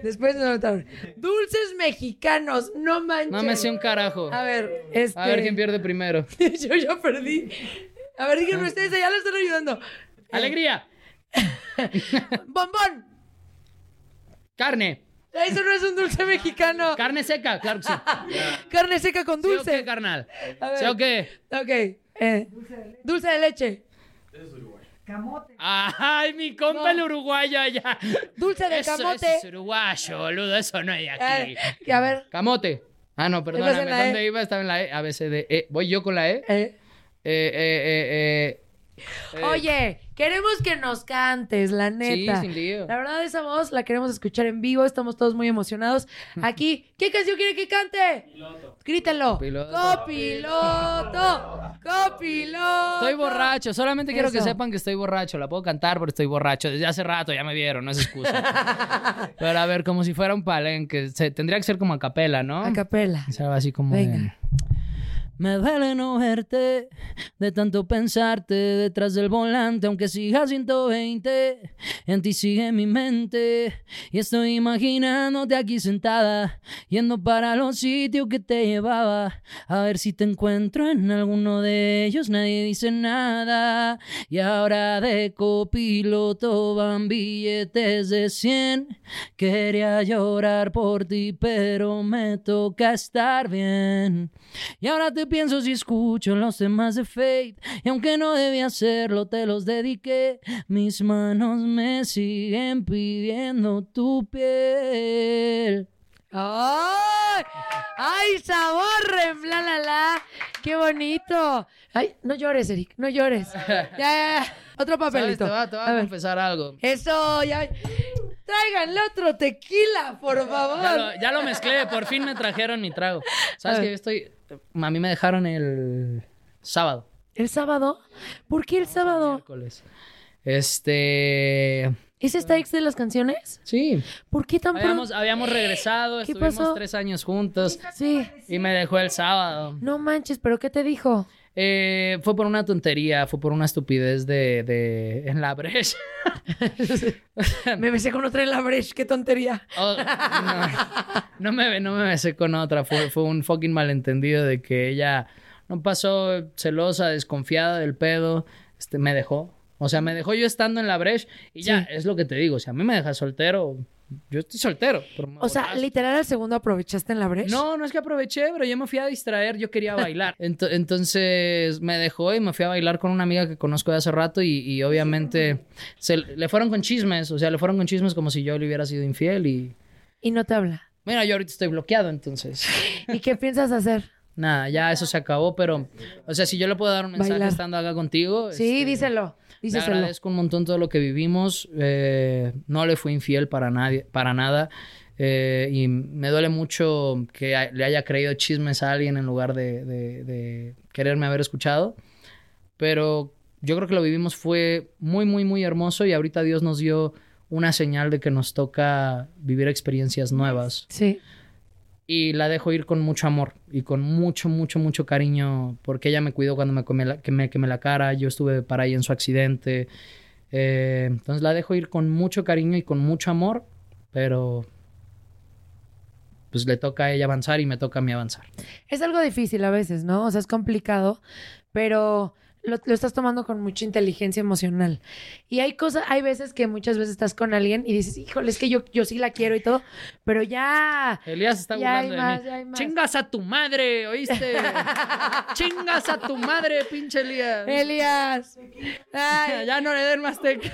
Speaker 1: después nos notaron. Dulces mexicanos, no manches.
Speaker 2: No me sé un carajo.
Speaker 1: A ver, Eh. este.
Speaker 2: A ver quién pierde primero.
Speaker 1: yo ya perdí. A ver, díganme ustedes, allá lo están ayudando.
Speaker 2: Ah.
Speaker 1: Eh,
Speaker 2: ¡Alegría!
Speaker 1: ¡Bombón!
Speaker 2: ¡Carne!
Speaker 1: Eso no es un dulce mexicano.
Speaker 2: ¡Carne seca! Claro que sí.
Speaker 1: Carne seca con
Speaker 2: ¿Sí o qué,
Speaker 1: dulce.
Speaker 2: carnal?
Speaker 1: A ver.
Speaker 2: ¿Sí o qué?
Speaker 1: Ok. eh, dulce de leche.
Speaker 2: ¡Ay, mi compa el uruguayo allá!
Speaker 1: Dulce de
Speaker 2: Eso,
Speaker 1: camote.
Speaker 2: eso es uruguayo, boludo. Eso no es de aquí.
Speaker 1: Ah, a ver.
Speaker 2: Camote. Ah, no,
Speaker 1: Ibas en
Speaker 2: perdóname.
Speaker 1: la E.
Speaker 2: ¿Dónde iba? Estaba en la E. A, B, C, D, E. ¿Voy yo con la E? Eh,
Speaker 1: eh,
Speaker 2: eh, eh, eh.
Speaker 1: Oye, queremos que nos cantes, la neta.
Speaker 2: sin lío.
Speaker 1: La verdad, esa voz la queremos escuchar en vivo. Estamos todos muy emocionados. Aquí, ¿qué canción quiere que cante? Piloto. Grítalo.
Speaker 2: Copiloto.
Speaker 1: Copiloto. Copiloto.
Speaker 2: Estoy borracho, solamente quiero que
Speaker 1: Eso.
Speaker 2: sepan que estoy borracho. La puedo cantar porque estoy borracho. Desde hace rato ya me vieron, no es excusa. Pero a ver, como si Ah. fuera un palenque. Se, tendría que ser como a capela, ¿no?
Speaker 1: A capela.
Speaker 2: Es algo así como. de-
Speaker 1: Venga.
Speaker 2: Me duele no verte, de tanto pensarte detrás del volante, aunque siga 120, en ti sigue mi mente. Y estoy imaginándote aquí sentada, yendo para los sitios que te llevaba. A ver si te encuentro en alguno de ellos, nadie dice nada. Y ahora de copiloto van billetes de 100. Quería llorar por ti, pero me toca estar bien. Y ahora te pienso si escucho los temas de Fate. Y aunque no debía hacerlo, te los dediqué. Mis manos me siguen pidiendo tu piel.
Speaker 1: ¡Ay! ¡Ay, sabor! ¡Bla, la, la! ¡Qué bonito! ¡Ay, no llores, Eric! ¡No llores! Ya, ya, ya. Otro
Speaker 2: ¿Sabes? Te
Speaker 1: papelito.
Speaker 2: va, te va pues.
Speaker 1: A
Speaker 2: a,
Speaker 1: ver.
Speaker 2: confesar algo.
Speaker 1: Eso, ya. Tráiganle otro tequila, por
Speaker 2: Ya lo,
Speaker 1: favor.
Speaker 2: ya lo mezclé, por fin me trajeron mi trago. ¿Sabes
Speaker 1: A
Speaker 2: que
Speaker 1: ver.
Speaker 2: yo estoy. A mí me dejaron el sábado.
Speaker 1: ¿El sábado? ¿Por qué el sábado?
Speaker 2: miércoles. Este.
Speaker 1: ¿Es esta ex de las canciones?
Speaker 2: Sí.
Speaker 1: ¿Por qué tan pronto?
Speaker 2: Habíamos, habíamos regresado,
Speaker 1: eh, ¿Qué
Speaker 2: estuvimos
Speaker 1: pasó?
Speaker 2: tres años juntos
Speaker 1: Sí.
Speaker 2: y me dejó el sábado.
Speaker 1: No manches, ¿pero qué te dijo?
Speaker 2: Eh, fue por una tontería, fue por una estupidez de, de- en la brecha.
Speaker 1: Me besé con otra en la brecha, qué tontería.
Speaker 2: Oh, no, no me, no me besé con otra, fue, fue un fucking malentendido de que ella no pasó celosa, desconfiada del pedo, este, me dejó. O sea, me dejó yo estando en la brecha y ya, es lo que te digo. Si a mí me dejas soltero, yo estoy soltero. pero me
Speaker 1: O sea,
Speaker 2: botaste.
Speaker 1: literal al segundo aprovechaste en la brecha.
Speaker 2: No, no es que aproveché, pero yo me fui a distraer, yo quería bailar. Ento- entonces me dejó y me fui a bailar con una amiga que conozco de hace rato y, y obviamente se, le fueron con chismes, o sea, le fueron con chismes como si yo le hubiera sido infiel y...
Speaker 1: Y no te habla.
Speaker 2: Mira, yo ahorita estoy bloqueado, entonces...
Speaker 1: ¿Y qué piensas hacer?
Speaker 2: Nada, ya eso se acabó, pero... O sea, si yo le puedo dar un mensaje
Speaker 1: Bailar.
Speaker 2: estando acá contigo...
Speaker 1: Sí,
Speaker 2: este,
Speaker 1: díselo.
Speaker 2: le
Speaker 1: Díselo.
Speaker 2: agradezco un montón todo lo que vivimos. eh, no le fui infiel para nadie, para nada. eh, y me duele mucho que a- le haya creído chismes a alguien en lugar de, de- de quererme haber escuchado. Pero yo creo que lo vivimos fue muy, muy, muy hermoso. Y ahorita Dios nos dio una señal de que nos toca vivir experiencias nuevas.
Speaker 1: Sí.
Speaker 2: Y la dejo ir con mucho amor y con mucho, mucho, mucho cariño, porque ella me cuidó cuando me comí la, que me quemé la cara, yo estuve para ahí en su accidente. Eh, entonces la dejo ir con mucho cariño y con mucho amor, pero pues le toca a ella avanzar y me toca a mí avanzar.
Speaker 1: Es algo difícil a veces, ¿no? O sea, es complicado, pero lo, lo estás tomando con mucha inteligencia emocional. Y hay cosas, hay veces que muchas veces estás con alguien y dices, híjole, es que yo, yo sí la quiero y todo, pero ya.
Speaker 2: Elías está
Speaker 1: Ya hay
Speaker 2: burlando
Speaker 1: más,
Speaker 2: de
Speaker 1: ya hay
Speaker 2: mí.
Speaker 1: más.
Speaker 2: Chingas a tu madre, ¿oíste? Chingas a tu madre, pinche Elías.
Speaker 1: Elias, ay,
Speaker 2: Ya no le den más tequila.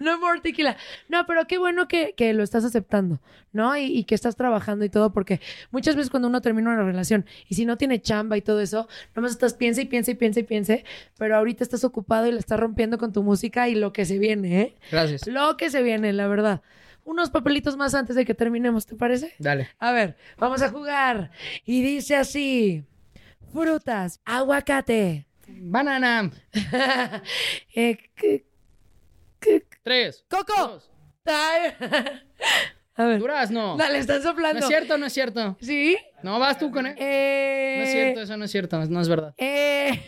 Speaker 1: no more tequila. No, pero qué bueno que, que lo estás aceptando, ¿no? Y, y que estás trabajando y todo, porque muchas veces cuando uno termina una relación y si no tiene chamba y todo eso, nomás estás piensa y piensa y piensa y piensa, pero ahorita estás ocupado y la estás rompiendo con tu música y lo que se viene, ¿eh?
Speaker 2: Gracias.
Speaker 1: Lo que se viene, la verdad. Unos papelitos más antes de que terminemos, ¿te parece?
Speaker 2: Dale.
Speaker 1: A ver, vamos a jugar. Y dice así: frutas, aguacate.
Speaker 2: Banana.
Speaker 1: eh, c-
Speaker 2: Tres.
Speaker 1: coco.
Speaker 2: Dos.
Speaker 1: Ay. a ver.
Speaker 2: Durazno.
Speaker 1: Dale, están soplando.
Speaker 2: No es cierto, no es cierto.
Speaker 1: ¿Sí?
Speaker 2: No vas tú con él.
Speaker 1: Eh,
Speaker 2: No es cierto, eso no es cierto, no es verdad.
Speaker 1: eh,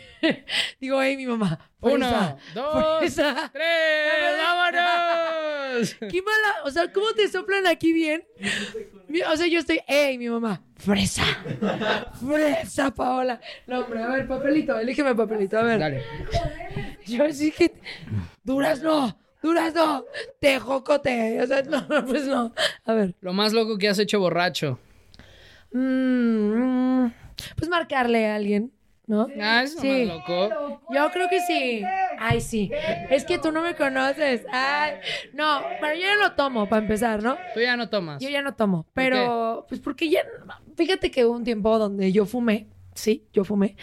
Speaker 1: digo, hey, mi mamá.
Speaker 2: Uno,
Speaker 1: fresa,
Speaker 2: dos,
Speaker 1: fresa.
Speaker 2: tres, vámonos.
Speaker 1: Qué mala, o sea, ¿cómo te soplan aquí bien? Mi- O sea, yo estoy, ¡ey, mi mamá! ¡Fresa! ¡Fresa, Paola! No, hombre, a ver, papelito, elígeme papelito, a ver.
Speaker 2: Dale.
Speaker 1: Yo sí que. ¡Durazno! ¡Durazno! ¡Te jocote! O sea, no, no, pues no. A ver.
Speaker 2: Lo más loco que has hecho borracho.
Speaker 1: Mm, mm, pues marcarle a alguien, ¿no?
Speaker 2: Ah, eso
Speaker 1: Sí.
Speaker 2: no es loco.
Speaker 1: Yo creo que sí. Ay, sí. Es que tú no me conoces. Ay, no, pero yo ya no tomo, para empezar, ¿no?
Speaker 2: Tú ya no tomas.
Speaker 1: Yo ya no tomo, pero pues porque ya, fíjate que hubo un tiempo donde yo fumé, sí, yo fumé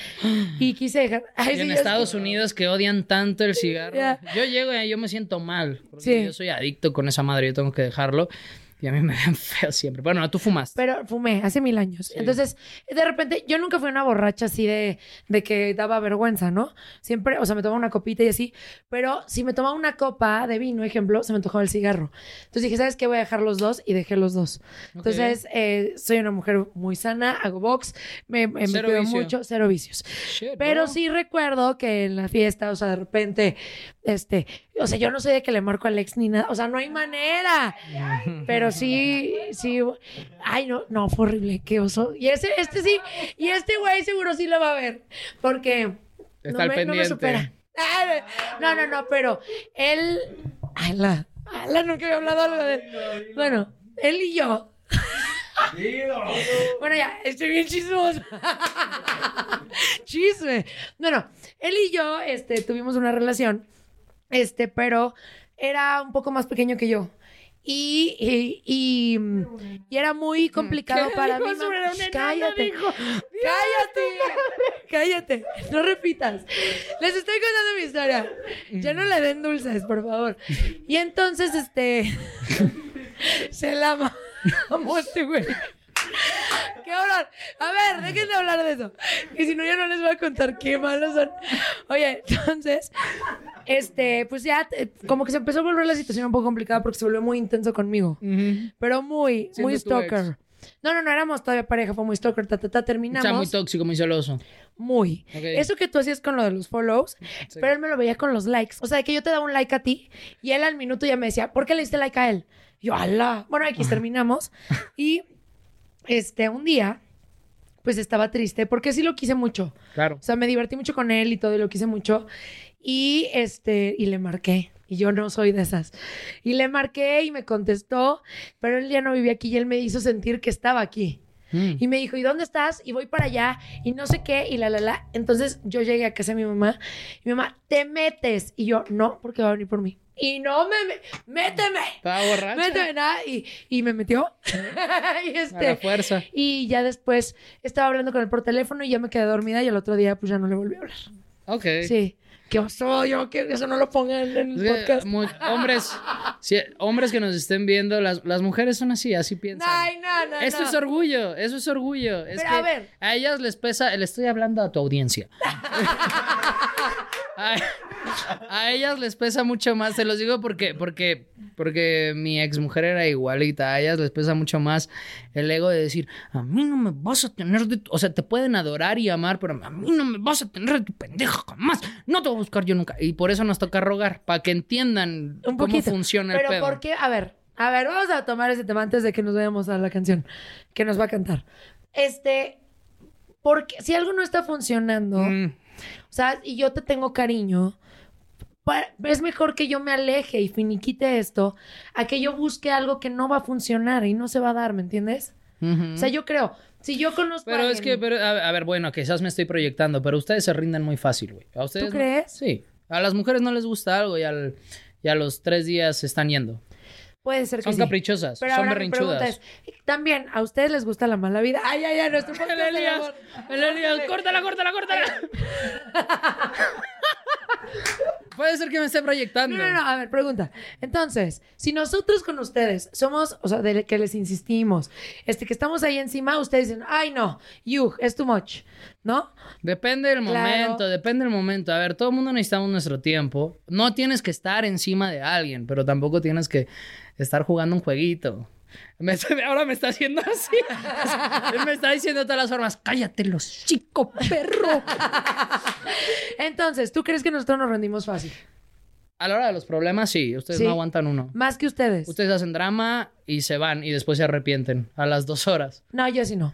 Speaker 1: y quise dejar. Ay,
Speaker 2: Y
Speaker 1: sí,
Speaker 2: en
Speaker 1: ya
Speaker 2: Estados
Speaker 1: sé.
Speaker 2: Unidos que odian tanto el cigarro.
Speaker 1: Ya.
Speaker 2: Yo llego y yo me siento mal. Porque
Speaker 1: Sí.
Speaker 2: Yo soy adicto con esa madre, yo tengo que dejarlo. Y a mí me ven feo siempre. Bueno, no, tú fumas.
Speaker 1: Pero fumé hace mil años. Entonces, de repente, yo nunca fui una borracha así de, de que daba vergüenza, ¿no? Siempre, o sea, me tomaba una copita y así. Pero si me tomaba una copa de vino, ejemplo, se me antojaba el cigarro. Entonces dije, ¿sabes qué? Voy a dejar los dos y dejé los dos. Entonces, eh, soy una mujer muy sana, hago box, me, eh, me
Speaker 2: Cero
Speaker 1: cuido
Speaker 2: vicio.
Speaker 1: mucho, cero vicios.
Speaker 2: Shit,
Speaker 1: Pero
Speaker 2: bro.
Speaker 1: sí recuerdo que en la fiesta, o sea, de repente, este, o sea, yo no sé de que le marco a Alex ni nada, o sea, no hay manera. Pero sí, sí, ay, no, no, fue horrible, qué oso. Y ese, este sí, y este güey seguro sí lo va a ver, porque
Speaker 2: Está al
Speaker 1: no, me, no me
Speaker 2: pendiente.
Speaker 1: supera. Ay, No, no, no, pero él, ay, la, ay, la, nunca había hablado algo de él. Bueno, él y yo. Bueno, ya, estoy bien chismosa. Chisme. Bueno, él y yo este, tuvimos una relación, este, pero era un poco más pequeño que yo. Y, y, y, y era muy complicado para mí. mam- Shh, cállate. cállate. Cállate. No repitas. Les estoy contando mi historia. Ya no le den dulces, por favor. Y entonces, este. se la ma- mamó este güey. ¿Qué hablar? A ver, dejen de hablar de eso. Que si no, yo no les voy a contar qué malos son. Oye, entonces, este, pues ya, eh, como que se empezó a volver la situación un poco complicada porque se volvió muy intenso conmigo.
Speaker 2: Ujú.
Speaker 1: Pero muy,
Speaker 2: Siendo
Speaker 1: muy
Speaker 2: tu
Speaker 1: stalker. No, no, no éramos todavía pareja, fue muy stalker, ta, ta, ta,
Speaker 2: O
Speaker 1: terminamos.
Speaker 2: sea, muy tóxico, muy celoso.
Speaker 1: Muy.
Speaker 2: Ok.
Speaker 1: Eso que tú hacías con lo de los follows, pero él me lo veía con los likes. O sea, que yo te daba un like a ti y él al minuto ya me decía, ¿por qué le diste like a él? Y yo, ala. Bueno, aquí terminamos. Y este, un día, pues estaba triste porque sí lo quise mucho.
Speaker 2: Claro.
Speaker 1: O sea, me divertí mucho con él y todo, y lo quise mucho. Y este, y le marqué. Y yo no soy de esas. Y le marqué y me contestó, pero él ya no vivía aquí y él me hizo sentir que estaba aquí.
Speaker 2: Mm.
Speaker 1: Y me dijo, ¿y dónde estás? Y voy para allá, y no sé qué, y la, la, la. Entonces yo llegué a casa de mi mamá, y mi mamá, te metes. Y yo, no, porque va a venir por mí. Y no me, me- méteme.
Speaker 2: Estaba borracha.
Speaker 1: Méteme, nada. Y, y me metió. y
Speaker 2: A la
Speaker 1: este,
Speaker 2: fuerza.
Speaker 1: y ya después estaba hablando con él por teléfono y ya me quedé dormida y al otro día pues ya no le volví a hablar.
Speaker 2: Ok.
Speaker 1: Sí. Qué oso, yo que eso no lo pongan en
Speaker 2: Es
Speaker 1: el
Speaker 2: que,
Speaker 1: podcast.
Speaker 2: mu- hombres, sí, hombres que nos estén viendo, las, las mujeres son así, así piensan.
Speaker 1: Ay, no, no,
Speaker 2: Esto
Speaker 1: no.
Speaker 2: es orgullo, eso es orgullo. Es
Speaker 1: Pero,
Speaker 2: que
Speaker 1: a ver.
Speaker 2: a ellas les pesa, le estoy hablando a tu audiencia. a, a ellas les pesa mucho más, se los digo porque, porque, porque mi ex mujer era igualita, a ellas les pesa mucho más el ego de decir, a mí no me vas a tener de tu-". o sea, te pueden adorar y amar, pero a mí no me vas a tener de tu pendeja jamás, no te voy a buscar yo nunca. Y por eso nos toca rogar, para que entiendan
Speaker 1: Un
Speaker 2: cómo
Speaker 1: poquito.
Speaker 2: funciona el
Speaker 1: Pero
Speaker 2: pedo.
Speaker 1: ¿por qué? A ver, a ver, vamos a tomar ese tema antes de que nos vayamos a la canción que nos va a cantar. Este, porque si algo no está funcionando,
Speaker 2: Mm.
Speaker 1: o sea, y yo te tengo cariño, pa- es mejor que yo me aleje y finiquite esto a que yo busque algo que no va a funcionar y no se va a dar, ¿me entiendes?
Speaker 2: Ujú.
Speaker 1: O sea, yo creo, si yo conozco a
Speaker 2: Mm. Pero es que,
Speaker 1: alguien-
Speaker 2: pero, a, a ver, bueno, quizás me estoy proyectando, pero ustedes se rinden muy fácil, güey. ¿A ustedes
Speaker 1: ¿Tú
Speaker 2: no?
Speaker 1: crees?
Speaker 2: Sí. A las mujeres no les gusta algo y, al, y a los tres días se están yendo.
Speaker 1: Puede ser Pues que
Speaker 2: Son
Speaker 1: sí.
Speaker 2: caprichosas,
Speaker 1: Pero
Speaker 2: son
Speaker 1: ahora mi
Speaker 2: berrinchudas.
Speaker 1: pregunta es, también, ¿a ustedes les gusta la mala vida? Ay, ay, ay, nuestro podcast del amor.
Speaker 2: ¡El Elías! ¡Córtala, córtala, córtala! Puede ser que me esté proyectando.
Speaker 1: No, no, no, a ver, pregunta. Entonces, si nosotros con ustedes somos, o sea, de que les insistimos, este, que estamos ahí encima, ustedes dicen, ay, no, you, es too much, ¿no?
Speaker 2: Depende del
Speaker 1: Claro.
Speaker 2: momento, depende del momento. A ver, todo el mundo necesitamos nuestro tiempo. No tienes que estar encima de alguien, pero tampoco tienes que estar jugando un jueguito. Me está- ahora me está haciendo así. Él me está diciendo de todas las formas, cállate los chico perro.
Speaker 1: Entonces, ¿tú crees que nosotros nos rendimos fácil?
Speaker 2: A la hora de los problemas, sí, ustedes
Speaker 1: Sí. Mm.
Speaker 2: no aguantan uno.
Speaker 1: Más que ustedes.
Speaker 2: Ustedes hacen drama y se van y después se arrepienten a las dos horas.
Speaker 1: No, yo sí no.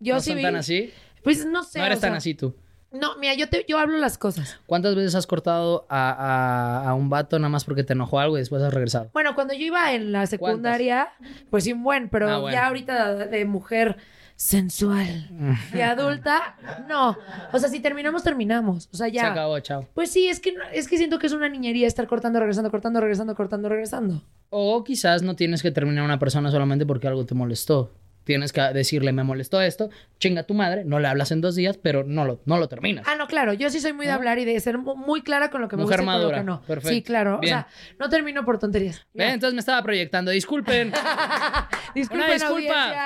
Speaker 1: Yo
Speaker 2: ¿No
Speaker 1: sí
Speaker 2: son
Speaker 1: vi-
Speaker 2: tan así?
Speaker 1: Pues no sé.
Speaker 2: no eres
Speaker 1: o sea,
Speaker 2: tan así tú.
Speaker 1: No, mira, yo, te, yo hablo las cosas.
Speaker 2: ¿Cuántas veces has cortado a, a- a un vato nada más porque te enojó algo y después has regresado?
Speaker 1: Bueno, cuando yo iba en la secundaria, pues sí, un buen, pero
Speaker 2: Ah, bueno.
Speaker 1: ya ahorita de, de mujer sensual y adulta, no. O sea, si terminamos, terminamos. O sea, ya.
Speaker 2: Se acabó, chao.
Speaker 1: Pues sí, es que, no- es que siento que es una niñería estar cortando, regresando, cortando, regresando, cortando, regresando.
Speaker 2: O quizás no tienes que terminar a una persona solamente porque algo te molestó. Tienes que decirle, me molestó esto, chinga tu madre, no le hablas en dos días, pero no lo, no lo terminas.
Speaker 1: Ah, no, claro. Yo sí soy muy de hablar y de ser mu- muy clara con lo que me
Speaker 2: Mujer
Speaker 1: gusta y con
Speaker 2: madura.
Speaker 1: lo que no.
Speaker 2: Perfecto.
Speaker 1: Sí, claro.
Speaker 2: Bien.
Speaker 1: O sea, no termino por tonterías.
Speaker 2: Ve, Eh, Entonces me estaba proyectando, disculpen.
Speaker 1: Disculpen,
Speaker 2: Una disculpa.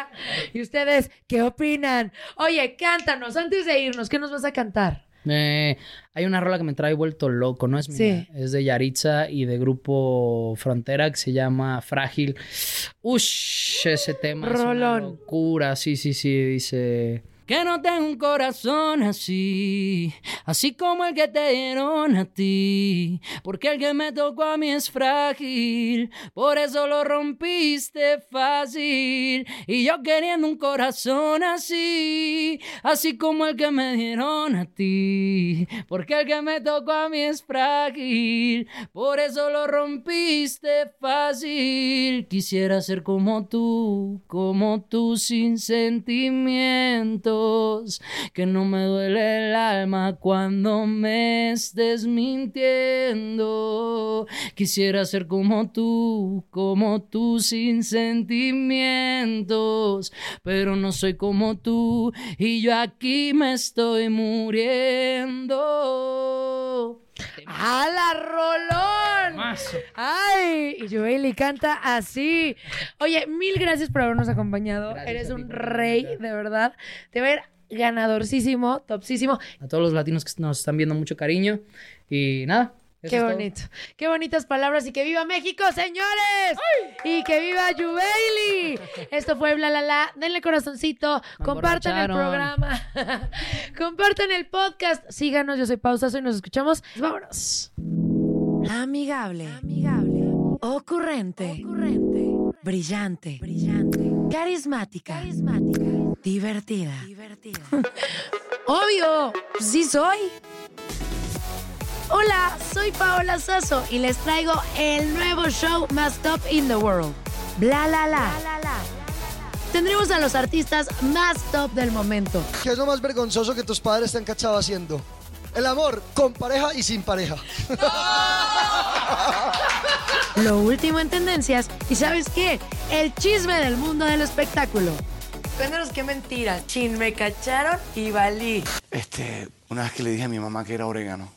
Speaker 1: audiencia. ¿Y ustedes qué opinan? Oye, cántanos antes de irnos. ¿Qué nos vas a cantar?
Speaker 2: Eh, hay una rola que me trae vuelto loco, no es mía.
Speaker 1: Sí.
Speaker 2: Es de Yaritza y de grupo Frontera que se llama Frágil. Ush, ese tema es una
Speaker 1: Rolón.
Speaker 2: locura. Sí, sí, sí, dice. Que no tengo un corazón así, así como el que te dieron a ti, porque el que me tocó a mí es frágil, por eso lo rompiste fácil, y yo queriendo un corazón así, así como el que me dieron a ti, porque el que me tocó a mí es frágil, por eso lo rompiste fácil, quisiera ser como tú, como tú sin sentimientos, que no me duele el alma cuando me estés mintiendo. Quisiera ser como tú, como tú sin sentimientos, pero no soy como tú y yo aquí me estoy muriendo.
Speaker 1: ¡Hala, Rolón! ¡Ay! Y Joely canta así. Oye, mil gracias por habernos acompañado.
Speaker 2: Gracias
Speaker 1: Eres
Speaker 2: a ti
Speaker 1: un
Speaker 2: por la
Speaker 1: rey,
Speaker 2: oportunidad.
Speaker 1: de verdad. Te va a ir ganadorcísimo, topsísimo.
Speaker 2: A todos los latinos que nos están viendo mucho cariño y nada. eso
Speaker 1: Qué
Speaker 2: es todo.
Speaker 1: bonito. Qué bonitas palabras y que viva México, señores. Y que viva Jubeili. Esto fue bla la la. Denle corazoncito,
Speaker 2: Me
Speaker 1: compartan el
Speaker 2: emborracharon.
Speaker 1: programa. compartan el podcast. Síganos, yo soy Pausazo y nos escuchamos. Vámonos.
Speaker 4: Amigable. Amigable. Ocurrente. Brillante. Carismática. Divertida.
Speaker 1: Obvio, sí soy. Hola, soy Paola Sasso y les traigo el nuevo show más top in the world. Bla la la. Tendremos a los artistas más top del momento.
Speaker 5: ¿Qué es lo más vergonzoso que tus padres te han cachado haciendo? El amor con pareja y sin pareja.
Speaker 1: Lo último en tendencias y ¿sabes qué? El chisme del mundo del espectáculo.
Speaker 4: Cuéntanos qué mentira. Chin, me cacharon y valí.
Speaker 6: Este, una vez que le dije a mi mamá que era orégano.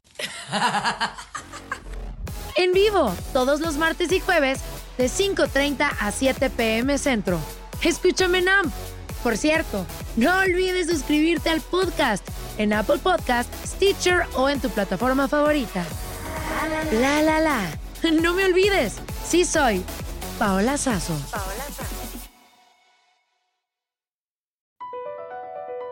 Speaker 1: En vivo, todos los martes y jueves de 5.30 a 7 pm centro. Escúchame en AMP. Por cierto, no olvides suscribirte al podcast en Apple Podcast, Stitcher o en tu plataforma favorita. La la la. No me olvides, sí soy Paola Sazo.